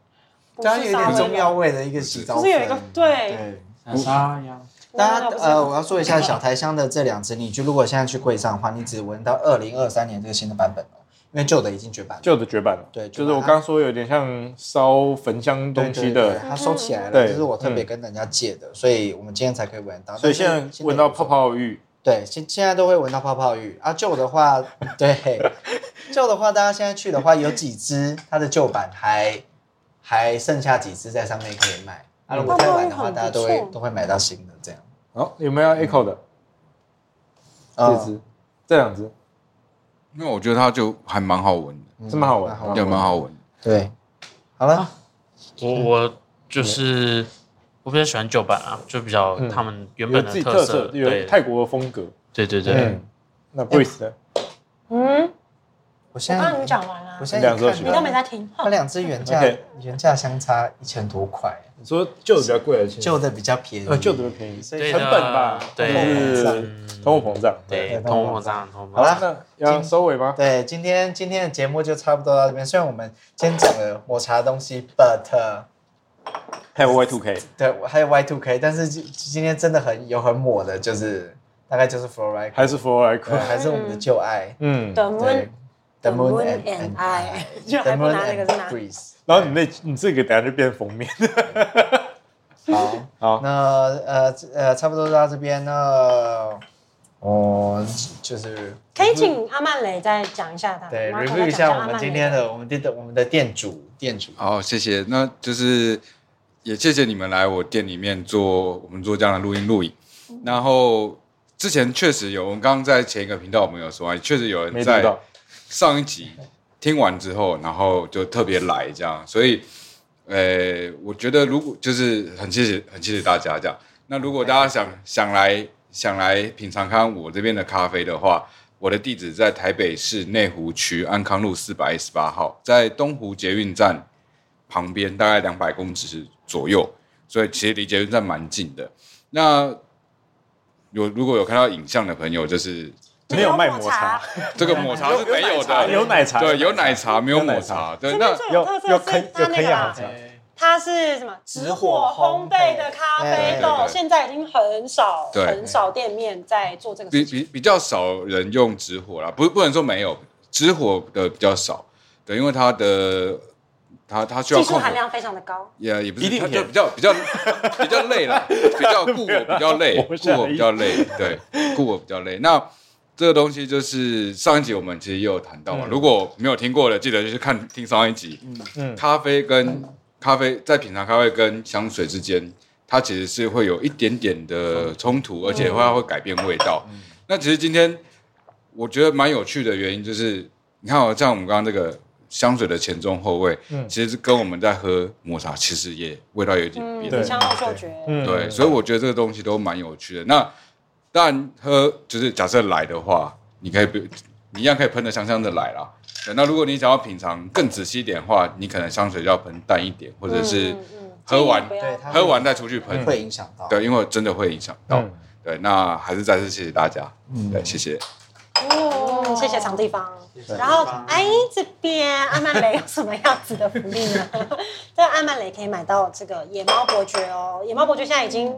刚刚有不一是沙点威中药味的一个洗澡不粉，是有一个对，对。沙呀，大家我知道呃，我要说一下小台香的这两支，你就如果现在去柜上的话，你只闻到二零二三年这个新的版本哦，因为旧的已经绝版了。旧的绝版了，对就是我刚刚说有点像烧焚香对东对西对的，它收起来了，对嗯这是我特别跟人家借的，所以我们今天才可以闻到。所以现但是在闻到泡，泡浴，对，现现在都会闻到泡泡浴啊。旧的话， 对，旧的话，大家现在去的话，有几支它的旧版还还剩下几支在上面可以买啊。如果太晚的话，泡泡浴很不大错家都会都会买到新的这样。好，有没有要 echo 的？嗯这只，这两只，因为我觉得它就还蛮好闻的，这么好闻蛮好闻也蛮好闻的。对，好了，啊我我嗯就是我比较喜欢旧版啊，就比较他们原有本的自己特特色，色，对有泰国的风格。对对对，嗯，那 Breeze 呢？嗯，我我现刚在刚已经讲完了我，现在两只都看喜你都欢没在听。哦它两只原价 OK 原价相差一千多块，你说旧的比较贵还是新的旧的比较便宜，呃旧的比较便宜，所对以成的本吧，对就是嗯通货膨胀。对，对通货膨胀，通货好膨了胀，，那要收尾吗？对，今天今天的节目就差不多到这边。虽然我们今天讲了抹茶的东西，but 还有 Y Two K，对，我还有 Y two K，但是今今天真的很有很抹的，就是大概就是 Fluoride，还是 For I 对 Cool？还是我们的旧爱，嗯， The Moon 对，The Moon Moon and and I I，就 The 还不 Moon 拿那个 and 是哪？ Breeze。然后你那你这个等下就变封面。 好，好，那呃呃，差不多到这边，那哦，就是可以请阿曼蕾再讲一下他。对我们要 review 一下讲我阿曼们蕾今天的我们的我们的店主店主，好，谢谢。那就是也谢谢你们来我店里面做我们做这样的录音录影。嗯然后之前确实有，我们刚刚在前一个频道我们有说，确实有没人读在到。上一集听完之后，然后就特别来这样，所以，呃，我觉得如果就是很谢谢很谢谢大家这样。那如果大家想想来想来品尝看我这边的咖啡的话，我的地址在台北市内湖区安康路四百一十八号，在东湖捷运站旁边，大概两百公尺左右，所以其实离捷运站蛮近的。那有如果有看到影像的朋友，就是没有卖抹 茶，这个抹茶是没有的，有奶茶，对，有奶茶，没有有奶抹茶茶。对，这那边最有有特色有是肯它有那肯个亚啊红茶。它是什么？直直火火烘烘焙焙的咖啡对对豆，对现在已经很少对很少店面在做这个比事情。比比较少人用直火啦，不不能说没有，直火的比较少，对，因为它的它它需要技术控火含，量非常的高，也也不是一定它甜就比较比较比较累 啦，比较顾我比较累，我顾我比较累，对，顾我比较累。那这个东西就是上一集我们其实也有谈到嘛，如果没有听过的，记得就去看听上一集。嗯咖啡跟咖啡在品尝咖啡跟香水之间，它其实是会有一点点的冲突，而且它会改变味道。那其实今天我觉得蛮有趣的原因就是，你看哦，像我们刚刚这个香水的前中后味，嗯其实跟我们在喝抹茶其实也味道有一点变。嗯，对香后嗅觉，嗯对，所以我觉得这个东西都蛮有趣的。那当然喝就是假设来的话，你可以不，你一样可以喷的香香的来啦。对那如果你想要品尝更仔细一点的话，你可能香水就要喷淡一点，或者是嗯嗯嗯喝完建议不要对它喝完再出去喷。嗯会影响到。对，因为真的会影响到。嗯对，那还是再次谢谢大家，嗯对，谢谢。嗯，谢谢场地方。对然后，哎，这边阿曼蕾有什么样子的福利呢？ 这个阿曼蕾可以买到这个野猫伯爵哦，野猫伯爵现在已经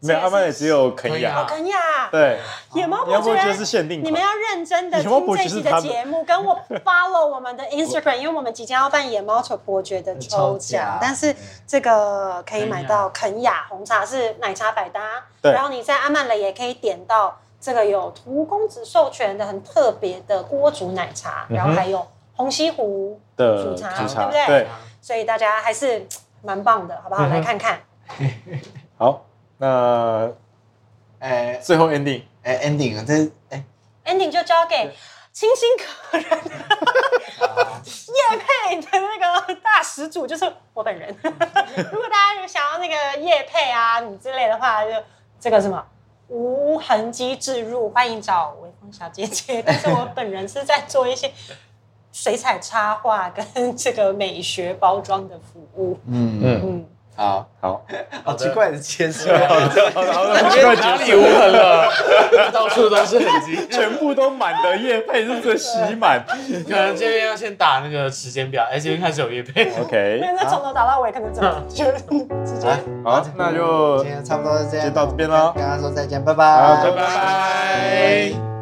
没有，阿曼也只有肯肯雅雅。肯亚。对，野猫伯要不爵就是限定款你们要认真的野猫听伯这爵一期是他们的节目，跟我 follow 我们的 Instagram，因为我们即将要办野猫丑伯爵的抽抽奖奖，但是这个可以买到肯雅红茶是奶茶百搭，对然后你在阿曼蕾也可以点到这个有涂公子授权的很特别的锅煮奶茶，然后还有红西湖的煮茶，嗯呃煮茶对不对？对所以大家还是嘖蛮棒的，好不嗯好？哼来看看，好，那哎最后 ending，哎，ending 啊，这是哎 ending 就交给清新可人叶配的那个大始祖，就是我本人。 如果大家有想要那个叶配啊，你之类的话，就这个什么无痕迹置入，欢迎找微风小姐姐。但是我本人是在做一些水彩插画跟这个美学包装的服务。嗯，嗯，嗯，好，好，好奇怪的结束。然后很奇怪啊结束了， 到处都是痕迹。全部都满的叶配，是不是洗满可能这边要先打那个时间表，哎，这边开始有乐哦配。因？OK，为那从头打到尾，可能真的就直接啊。好，嗯那就今天差不多是这样，就到这边咯跟大家说再见，拜好，拜拜，拜。